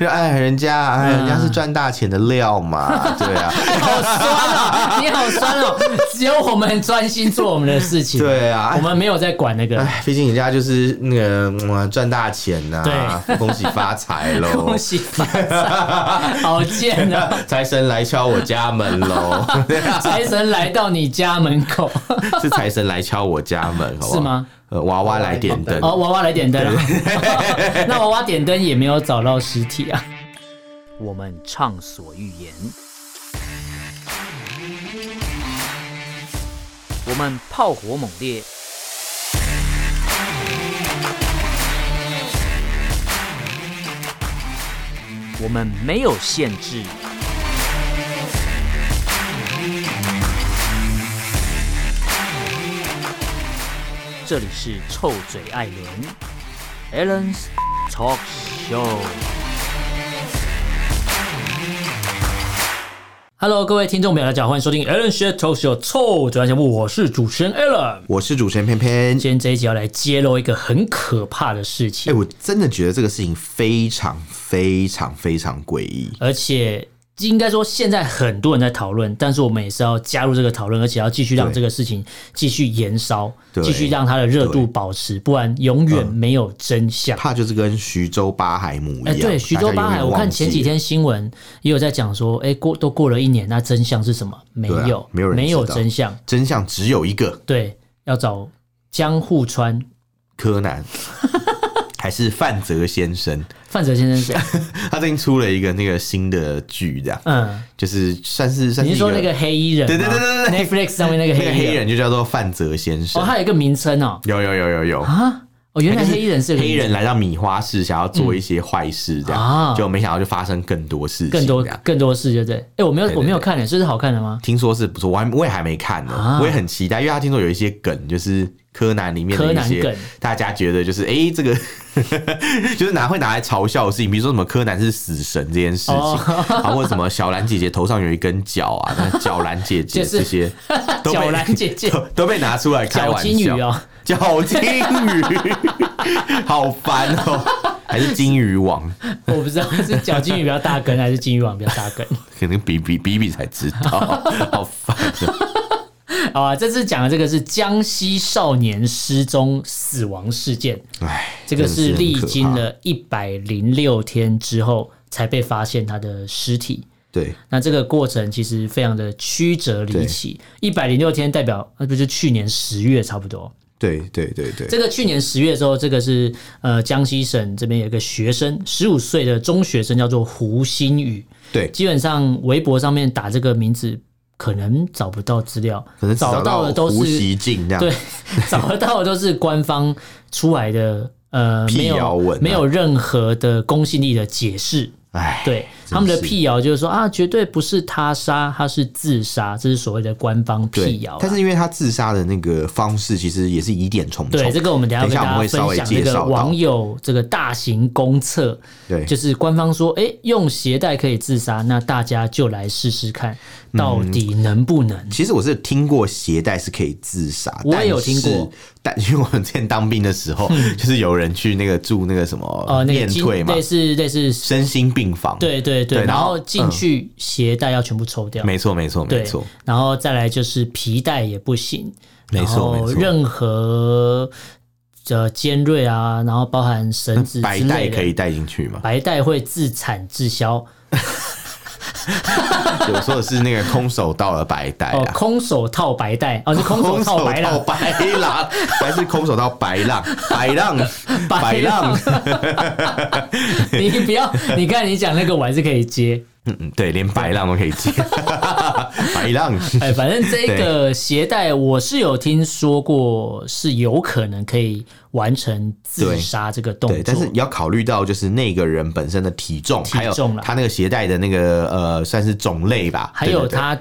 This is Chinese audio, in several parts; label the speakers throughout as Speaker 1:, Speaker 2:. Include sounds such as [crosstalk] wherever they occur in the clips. Speaker 1: 就哎，人家哎，人家是
Speaker 2: 嗯
Speaker 1: 赚大钱的料
Speaker 2: [laughs]
Speaker 1: 嘛，对啊，
Speaker 2: 好酸哦，你好酸哦，只有我们专心做我们的事情，
Speaker 1: 对啊
Speaker 2: 我们没有在管那个。
Speaker 1: 哎，毕竟人家就是那个嗯赚大钱呐、
Speaker 2: 对
Speaker 1: 恭喜发财喽，
Speaker 2: [laughs] 恭喜发财，好贱啊！
Speaker 1: 财神来敲我家门
Speaker 2: [laughs]
Speaker 1: 喽，啊
Speaker 2: 财神来到你家门口，
Speaker 1: 是财神来敲我家门，好不好？
Speaker 2: 是吗？
Speaker 1: 呃，娃娃来点灯，
Speaker 2: 哦，娃娃来点灯了。 [laughs] 那娃娃点灯也没有找到尸体啊。我们畅所欲言，我们炮火猛烈，我们没有限制。这里是臭嘴艾伦 a l l e n s Talk Show。Hello，各位听众朋友，大家好，欢迎收听 Alan s h a t Talk Show 臭嘴艾节目，我是主持人 Alan。
Speaker 1: 我是主持人偏偏。
Speaker 2: 今天这一集要来揭露一个很可怕的事
Speaker 1: 哎、
Speaker 2: 情，
Speaker 1: 我真的觉得这个事情非常非常非常诡异。
Speaker 2: 而且应该说现在很多人在讨论，但是我们也是要加入这个讨论，而且要继续让
Speaker 1: 对
Speaker 2: 这个事情继续延烧，
Speaker 1: 对
Speaker 2: 继续让它的热度
Speaker 1: 对
Speaker 2: 保持，不然永远没有真相。
Speaker 1: 怕就是跟徐州八海母一
Speaker 2: 哎、
Speaker 1: 样，
Speaker 2: 对，徐州八海，我看前几天新闻也有在讲说，哎、过都过了一年，那真相是什么？没
Speaker 1: 对啊
Speaker 2: 有，
Speaker 1: 没有人
Speaker 2: 没有
Speaker 1: 知道
Speaker 2: 真相。
Speaker 1: 真相只有一个，
Speaker 2: 对，要找江户川
Speaker 1: 柯
Speaker 2: [laughs]
Speaker 1: 南还是范泽先生，
Speaker 2: 范泽先生是谁？
Speaker 1: [laughs] 他最近出了一个那个新的剧，这样
Speaker 2: 嗯，
Speaker 1: 就是算是算
Speaker 2: 你
Speaker 1: 是
Speaker 2: 是
Speaker 1: 一
Speaker 2: 说那个黑衣人吗？
Speaker 1: 对对对对对
Speaker 2: Netflix 上面那
Speaker 1: [laughs]
Speaker 2: 个
Speaker 1: 那个
Speaker 2: 黑衣
Speaker 1: 黑
Speaker 2: 人。
Speaker 1: 人就叫做范泽先生
Speaker 2: 哦，，他有一个名称哦。
Speaker 1: 有有有有有。
Speaker 2: 啊，哦，原来
Speaker 1: 就是
Speaker 2: 黑衣人是个
Speaker 1: 黑
Speaker 2: 名
Speaker 1: 人
Speaker 2: 称
Speaker 1: 来到米花市，想要做一些坏事，这
Speaker 2: 嗯啊
Speaker 1: 样就没想到就发生更多事情，
Speaker 2: 更多
Speaker 1: 这样。
Speaker 2: 更多事，对不对？哎，我没有
Speaker 1: 对对
Speaker 2: 我没有看呢，这是好看的吗？ [laughs]
Speaker 1: 听说是不错，我还我也还没看呢，
Speaker 2: 啊
Speaker 1: 我也很期待，因为他听说有一些梗，就是柯南里面的
Speaker 2: 柯
Speaker 1: 一
Speaker 2: 南
Speaker 1: 些
Speaker 2: 梗
Speaker 1: 大家觉得就是哎、诶这个 [laughs] 就是拿会拿来嘲笑的事情，比如说什么柯南是死神这件事情，
Speaker 2: 哦
Speaker 1: 啊或者什么小兰姐姐头上有一根角
Speaker 2: [laughs]
Speaker 1: 啊，那角兰姐姐
Speaker 2: 就是
Speaker 1: 这些都被
Speaker 2: [laughs] 小兰姐姐，
Speaker 1: 都都被拿 [laughs] 出来开
Speaker 2: 小
Speaker 1: 玩
Speaker 2: 金鱼
Speaker 1: 笑，
Speaker 2: 哦，
Speaker 1: 角金鱼，好烦哦、 [laughs] 还是金鱼王，
Speaker 2: 我不知道 [laughs] 是小金鱼比较大根还是金鱼网比较大根。 [laughs]
Speaker 1: 可能比比比比才知道， [laughs] 好烦哦、
Speaker 2: 好啊，这次讲的这个是江西少年失踪死亡事件，
Speaker 1: 哎，
Speaker 2: 这个
Speaker 1: 真的
Speaker 2: 是
Speaker 1: 很
Speaker 2: 历
Speaker 1: 可
Speaker 2: 经
Speaker 1: 怕
Speaker 2: 了一百零六天之后才被发现他的尸体。
Speaker 1: 对。
Speaker 2: 那这个过程其实非常的曲折离奇，一百零六天代表啊那不就去年十月差不多？
Speaker 1: 对对对对，
Speaker 2: 这个去年十月的时候，这个是呃江西省这边有一个学生，十五岁的中学生叫做胡新宇，
Speaker 1: 对，
Speaker 2: 基本上微博上面打这个名字可能找不到资料，
Speaker 1: 可能
Speaker 2: 找到的都
Speaker 1: 胡
Speaker 2: 是
Speaker 1: 锡进这样，
Speaker 2: 对， [laughs] 找到的都是官方出来的呃没
Speaker 1: 辟谣
Speaker 2: 有
Speaker 1: 文啊
Speaker 2: 没有任何的公信力的解释。
Speaker 1: 哎，
Speaker 2: 对
Speaker 1: 真
Speaker 2: 他们的
Speaker 1: 是
Speaker 2: 辟谣就是说啊，绝对不是他杀，他是自杀，这是所谓的官方
Speaker 1: 对
Speaker 2: 辟谣啦。
Speaker 1: 但是因为他自杀的那个方式，其实也是疑点重重。
Speaker 2: 对这个，我们等一
Speaker 1: 等一
Speaker 2: 下
Speaker 1: 下我
Speaker 2: 要
Speaker 1: 们会
Speaker 2: 跟大
Speaker 1: 稍
Speaker 2: 家
Speaker 1: 微
Speaker 2: 分享这
Speaker 1: 介
Speaker 2: 个
Speaker 1: 绍到
Speaker 2: 网友这个大型公测，
Speaker 1: 对
Speaker 2: 就是官方说，哎、用鞋带可以自杀，那大家就来试试看，
Speaker 1: 嗯
Speaker 2: 到底能不能？
Speaker 1: 其实我是听过携带是可以自杀，
Speaker 2: 我也
Speaker 1: 但
Speaker 2: 有听过
Speaker 1: 是。但因为我们之前当兵的时
Speaker 2: [laughs]
Speaker 1: 候，就是有人去那个住那个什
Speaker 2: 呃
Speaker 1: 么，
Speaker 2: 那个
Speaker 1: 面
Speaker 2: 进
Speaker 1: 退嘛
Speaker 2: 类，似类似，
Speaker 1: 身心病房。，
Speaker 2: 对对对，
Speaker 1: 对
Speaker 2: 然
Speaker 1: 然后嗯
Speaker 2: 后进去鞋带要全部抽掉，
Speaker 1: 没错，没错，没
Speaker 2: 对
Speaker 1: 错。，
Speaker 2: 然后再来就是皮带也不行，
Speaker 1: 没错
Speaker 2: 然后
Speaker 1: 没错
Speaker 2: 任何呃尖锐啊，然后包含绳子
Speaker 1: 嗯白
Speaker 2: 之类
Speaker 1: 带
Speaker 2: 的
Speaker 1: 可以带进去吗？
Speaker 2: 白带会自产自销
Speaker 1: 我说的是那个空手道的白带啊
Speaker 2: 哦，
Speaker 1: 啦，
Speaker 2: 空手套白带哦，是空手套白
Speaker 1: 哎空手道，
Speaker 2: 啦
Speaker 1: 白狼还是空手道白浪？白浪，
Speaker 2: 白
Speaker 1: 白
Speaker 2: 浪
Speaker 1: 浪，
Speaker 2: 你不要，你看你讲那个我还是可以接，
Speaker 1: 嗯嗯，对，连白浪都可以
Speaker 2: [laughs]
Speaker 1: 接，白浪。
Speaker 2: 哎，反正这个鞋带我是有听说过是有可能可以完成自杀这个动
Speaker 1: [laughs] 对，
Speaker 2: 作
Speaker 1: 但，是也要考虑到就是那个人本身的体重，
Speaker 2: 体
Speaker 1: 还有
Speaker 2: 重啦
Speaker 1: 他那个携带的那个呃，算是种类吧。
Speaker 2: 还有
Speaker 1: 对，对对
Speaker 2: 它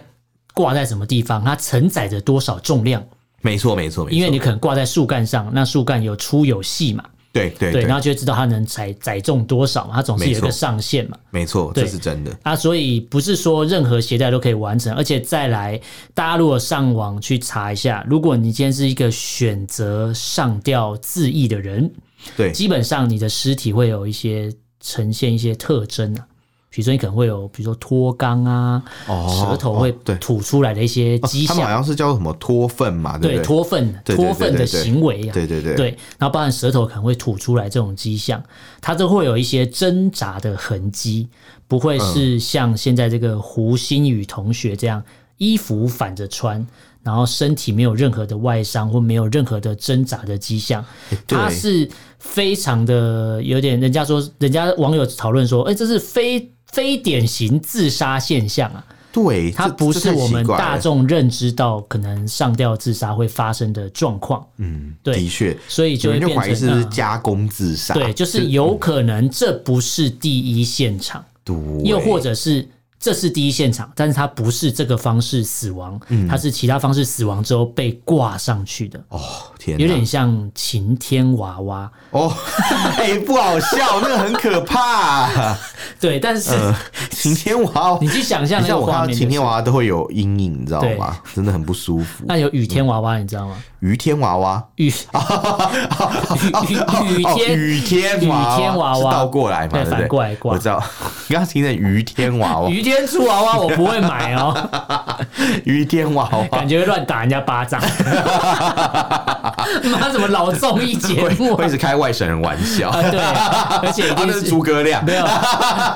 Speaker 2: 挂在什么地方，它承载着多少重量。
Speaker 1: 没错没错没错，
Speaker 2: 因为你可能挂在树干上，那树干有粗有细嘛，
Speaker 1: 对对
Speaker 2: 对，
Speaker 1: 对，
Speaker 2: 然后就会知道它能载载重多少嘛，它总是有一个
Speaker 1: 没错
Speaker 2: 上限嘛。
Speaker 1: 没错，
Speaker 2: 对
Speaker 1: 这是真的。
Speaker 2: 啊，所以不是说任何鞋带都可以完成，而且再来，大家如果上网去查一下，如果你今天是一个选择上吊自缢的人，
Speaker 1: 对
Speaker 2: 基本上你的尸体会有一些呈现一些特征啊。比如说，你可能会有，比如说脱肛啊，
Speaker 1: 哦
Speaker 2: 舌头会
Speaker 1: 哦对哦
Speaker 2: 吐出来的一些迹
Speaker 1: 他们好
Speaker 2: 象，
Speaker 1: 像是叫什么脱粪嘛，对
Speaker 2: 对
Speaker 1: 不对？
Speaker 2: 脱粪、
Speaker 1: 对对对
Speaker 2: 脱粪
Speaker 1: 对
Speaker 2: 的
Speaker 1: 对
Speaker 2: 行为啊，
Speaker 1: 对对对
Speaker 2: 对，然后包含舌头可能会吐出来这种迹象，它都会有一些挣扎的痕迹，不会
Speaker 1: 嗯
Speaker 2: 是像现在这个胡心宇同学这样衣服反着穿，然后身体没有任何的外伤或没有任何的挣扎的迹象，
Speaker 1: 哎对
Speaker 2: 它是非常的有点，人家说，人家网友讨论说，哎、这是非非典型自杀现象啊。
Speaker 1: 对，
Speaker 2: 它
Speaker 1: 这
Speaker 2: 不
Speaker 1: 这
Speaker 2: 是
Speaker 1: 太
Speaker 2: 我
Speaker 1: 奇
Speaker 2: 们
Speaker 1: 怪了
Speaker 2: 大众认知到可能上吊自杀会发生的状况，
Speaker 1: 嗯，
Speaker 2: 对
Speaker 1: 的确，
Speaker 2: 所以就
Speaker 1: 有
Speaker 2: 会
Speaker 1: 人就
Speaker 2: 变
Speaker 1: 怀疑
Speaker 2: 成
Speaker 1: 是不是
Speaker 2: 呃
Speaker 1: 加工自杀，
Speaker 2: 对，就是有可能这不是第一现场，
Speaker 1: 毒，
Speaker 2: 又或者是这是第一现场，但是它不是这个方式死亡，
Speaker 1: 嗯
Speaker 2: 它是其他方式死亡之后被挂上去的，
Speaker 1: 哦，天哪，
Speaker 2: 有点像晴天娃娃。
Speaker 1: 哦，哎，不好笑，那个很可怕。
Speaker 2: 对，但是
Speaker 1: 晴天娃娃
Speaker 2: [laughs] 呃你，去想象
Speaker 1: 嗯你
Speaker 2: 那
Speaker 1: 像
Speaker 2: 个
Speaker 1: 我看
Speaker 2: 画
Speaker 1: 到
Speaker 2: 面，
Speaker 1: 晴天娃娃都会有阴影，你知道吗？真的很不舒服。
Speaker 2: 那有雨天娃娃，你知道吗？
Speaker 1: 雨天娃娃， [laughs]
Speaker 2: 雨 [laughs]
Speaker 1: 哦
Speaker 2: 雨雨雨
Speaker 1: 哦
Speaker 2: 天
Speaker 1: 雨天娃
Speaker 2: 雨天娃
Speaker 1: 是
Speaker 2: 娃
Speaker 1: 倒过来嘛？对
Speaker 2: 对
Speaker 1: 不对，
Speaker 2: 反过来挂
Speaker 1: 我知道，你刚刚听成雨天娃娃，
Speaker 2: 雨天出娃娃我不会买
Speaker 1: [laughs]
Speaker 2: 哦，
Speaker 1: 雨天娃
Speaker 2: [laughs]
Speaker 1: 娃
Speaker 2: 感觉乱打人家巴
Speaker 1: [laughs]
Speaker 2: 掌。妈，怎么老综艺节目
Speaker 1: 会
Speaker 2: 啊
Speaker 1: 一？直开外省人玩笑，
Speaker 2: 啊，对，而且一
Speaker 1: 啊，
Speaker 2: 定
Speaker 1: 那
Speaker 2: 是
Speaker 1: 是诸葛亮
Speaker 2: 没。有，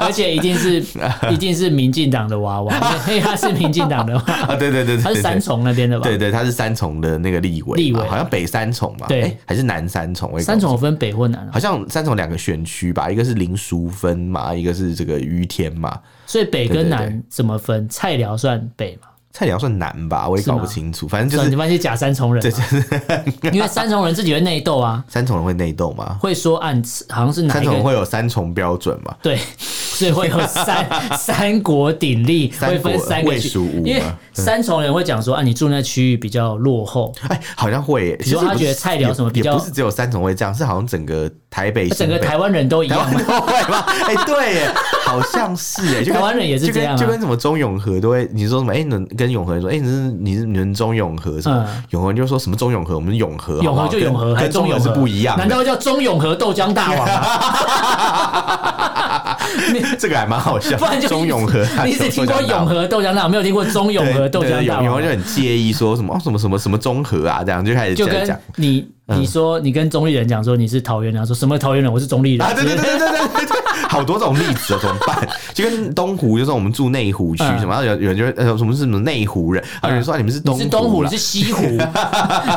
Speaker 2: 而且一定是
Speaker 1: [laughs]
Speaker 2: 一定是民进党的娃娃，因为他是民进党的娃娃，
Speaker 1: 啊， [laughs] 对对对对，
Speaker 2: 他是
Speaker 1: 对
Speaker 2: 三重那边的吧？
Speaker 1: 对对，他是三重的那个立委嘛，
Speaker 2: 立委
Speaker 1: 好像北三重嘛，
Speaker 2: 对
Speaker 1: 诶还是南三重？我也搞
Speaker 2: 三重
Speaker 1: 不
Speaker 2: 有分北或南啊
Speaker 1: 好，像三重两个选区吧，一个是林淑芬嘛，一个是这个于天嘛。
Speaker 2: 所以
Speaker 1: 对
Speaker 2: 北
Speaker 1: 对对
Speaker 2: 跟南怎么分？菜寮算北嘛？
Speaker 1: 菜鸟算南吧，我也
Speaker 2: 是
Speaker 1: 搞
Speaker 2: 吗
Speaker 1: 不清楚，反正就
Speaker 2: 算你
Speaker 1: 是
Speaker 2: 发现假三重人
Speaker 1: [laughs]
Speaker 2: 嘛，因为三重人自己会内斗啊，
Speaker 1: 三重人会内斗嘛，
Speaker 2: 会说按好像是哪
Speaker 1: 三
Speaker 2: 一
Speaker 1: 重人
Speaker 2: 个
Speaker 1: 会有三重标准嘛。
Speaker 2: 对。所以会有
Speaker 1: [laughs]
Speaker 2: 三三国鼎立，
Speaker 1: 三
Speaker 2: 会
Speaker 1: 国
Speaker 2: 分三个
Speaker 1: 魏
Speaker 2: 区
Speaker 1: 蜀吴，嘛
Speaker 2: 因为三重人会讲说啊，你住那区域比较落后，
Speaker 1: 哎，好像会耶。其
Speaker 2: 说
Speaker 1: 实也
Speaker 2: 他
Speaker 1: 不是
Speaker 2: 觉得菜鸟什么
Speaker 1: 也
Speaker 2: 比较
Speaker 1: 也不是只有三重会这样，是好像整个台北、
Speaker 2: 整个
Speaker 1: 新北
Speaker 2: 台湾人都一
Speaker 1: 台
Speaker 2: 样
Speaker 1: 湾 [laughs]
Speaker 2: 嘛。
Speaker 1: 都会吗？哎、对耶，好像是哎，就跟
Speaker 2: 台湾人也是这样啊
Speaker 1: 就跟就跟什么中永和都会，你说什么？哎、你跟永和人说，哎、你是你是你们中永和什么？
Speaker 2: 嗯
Speaker 1: 永和人就说什么中永和，我们是永和，
Speaker 2: 永
Speaker 1: 好不好
Speaker 2: 和就永和，
Speaker 1: 跟
Speaker 2: 还
Speaker 1: 跟中
Speaker 2: 中
Speaker 1: 永
Speaker 2: 永
Speaker 1: 是
Speaker 2: 和
Speaker 1: 不一样
Speaker 2: 难
Speaker 1: 的。
Speaker 2: 道叫中永和豆浆大王吗？
Speaker 1: [laughs] 这个还蛮好笑，
Speaker 2: 不然就
Speaker 1: 中永和，哎
Speaker 2: 你只听过永。和豆浆大王，没有听过中啊永
Speaker 1: 对
Speaker 2: 和
Speaker 1: 啊对
Speaker 2: 豆
Speaker 1: 对
Speaker 2: 浆大
Speaker 1: 永永和就
Speaker 2: 王。
Speaker 1: 很介意说什么、哦、什么什么什么中和啊，这样就开始
Speaker 2: 就
Speaker 1: 在
Speaker 2: 跟
Speaker 1: 讲嗯
Speaker 2: 你你说你跟中立人讲说你是桃园人，他说什么桃园人，我是中立人
Speaker 1: 啊，，对对对对对对对 [laughs] 对，好多种例子哦，怎么办？就跟东湖，就说我们住内湖区
Speaker 2: 嗯
Speaker 1: 什么，然后有有人就会呃什么是什么内湖人，然后有人说啊你们是东
Speaker 2: 你是东湖，
Speaker 1: 湖
Speaker 2: 你
Speaker 1: 啦
Speaker 2: 是
Speaker 1: [laughs]
Speaker 2: 西湖，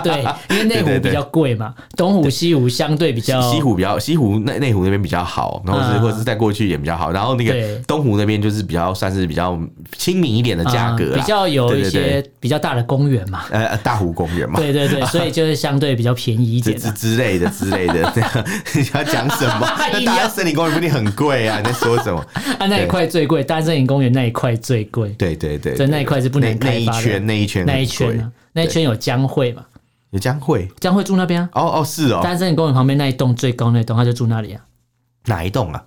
Speaker 2: 对，因为
Speaker 1: 对对
Speaker 2: 内湖
Speaker 1: 对
Speaker 2: 比较贵嘛，东湖西湖相对比较
Speaker 1: 西湖比较西湖内内湖那边比较好，然后是、
Speaker 2: 嗯
Speaker 1: 或者是再过去一点比较好，然后那个
Speaker 2: 对
Speaker 1: 东湖那边就是比较算是比较亲民一点的价格啦、
Speaker 2: 啊比较有一
Speaker 1: 对对对
Speaker 2: 些比较大的公
Speaker 1: [laughs]
Speaker 2: 园嘛，
Speaker 1: 呃呃大湖公园嘛。
Speaker 2: 对对对，所以就是相对比较便宜一
Speaker 1: 之
Speaker 2: 点
Speaker 1: 之
Speaker 2: 啊。
Speaker 1: 之类的之类的， [laughs] 啊你要讲什
Speaker 2: [laughs]
Speaker 1: 么？那大安森林公园不一定很贵啊！你在说什么？
Speaker 2: 啊，那一块最贵，大森林公园那一块最贵，
Speaker 1: 对对对，
Speaker 2: 对那一块是不能
Speaker 1: 那那一
Speaker 2: 开发的
Speaker 1: 圈那一圈
Speaker 2: 那
Speaker 1: 很
Speaker 2: 一
Speaker 1: 贵
Speaker 2: 圈呢、啊那一圈有江惠嘛，
Speaker 1: 有江会
Speaker 2: 江惠住那边啊，
Speaker 1: 哦哦是
Speaker 2: 大
Speaker 1: 哦，
Speaker 2: 安森林公园旁边那一栋最高那一栋，他就住那里啊。
Speaker 1: 哪一栋啊？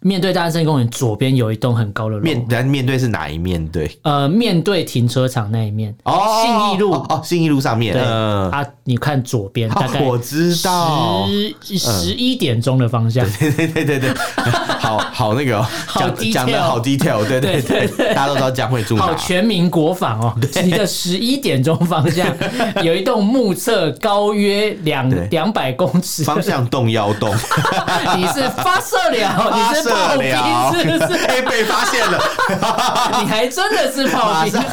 Speaker 2: 面对大安森林公园左边有一栋很高的楼，
Speaker 1: 面咱面对是哪一面对？
Speaker 2: 呃面对停车场那一面，
Speaker 1: 哦，
Speaker 2: 信义路
Speaker 1: 哦哦信义路上面，
Speaker 2: 对、
Speaker 1: 嗯，
Speaker 2: 啊，你看左边大概
Speaker 1: 哦我知道，
Speaker 2: 十十一点钟的方向，
Speaker 1: 嗯对对对对对，好好那
Speaker 2: [laughs]
Speaker 1: 个哦讲
Speaker 2: detail
Speaker 1: 讲的好 detail，对对
Speaker 2: 对
Speaker 1: 对，大家都知道江会住
Speaker 2: 好
Speaker 1: 哪。啊
Speaker 2: 全民国防哦，你的十一点钟方向
Speaker 1: [laughs]
Speaker 2: 有一栋目测高约两
Speaker 1: 对
Speaker 2: 两百公尺的，
Speaker 1: 方向动要
Speaker 2: [laughs]
Speaker 1: 动，
Speaker 2: 你是发射
Speaker 1: [laughs]
Speaker 2: 了，
Speaker 1: 发
Speaker 2: 你是
Speaker 1: 射
Speaker 2: 炮
Speaker 1: 了，
Speaker 2: 兵是不是？
Speaker 1: 哎，被发现了，
Speaker 2: 你还真的是炮
Speaker 1: 马 [laughs]
Speaker 2: 兵
Speaker 1: 上。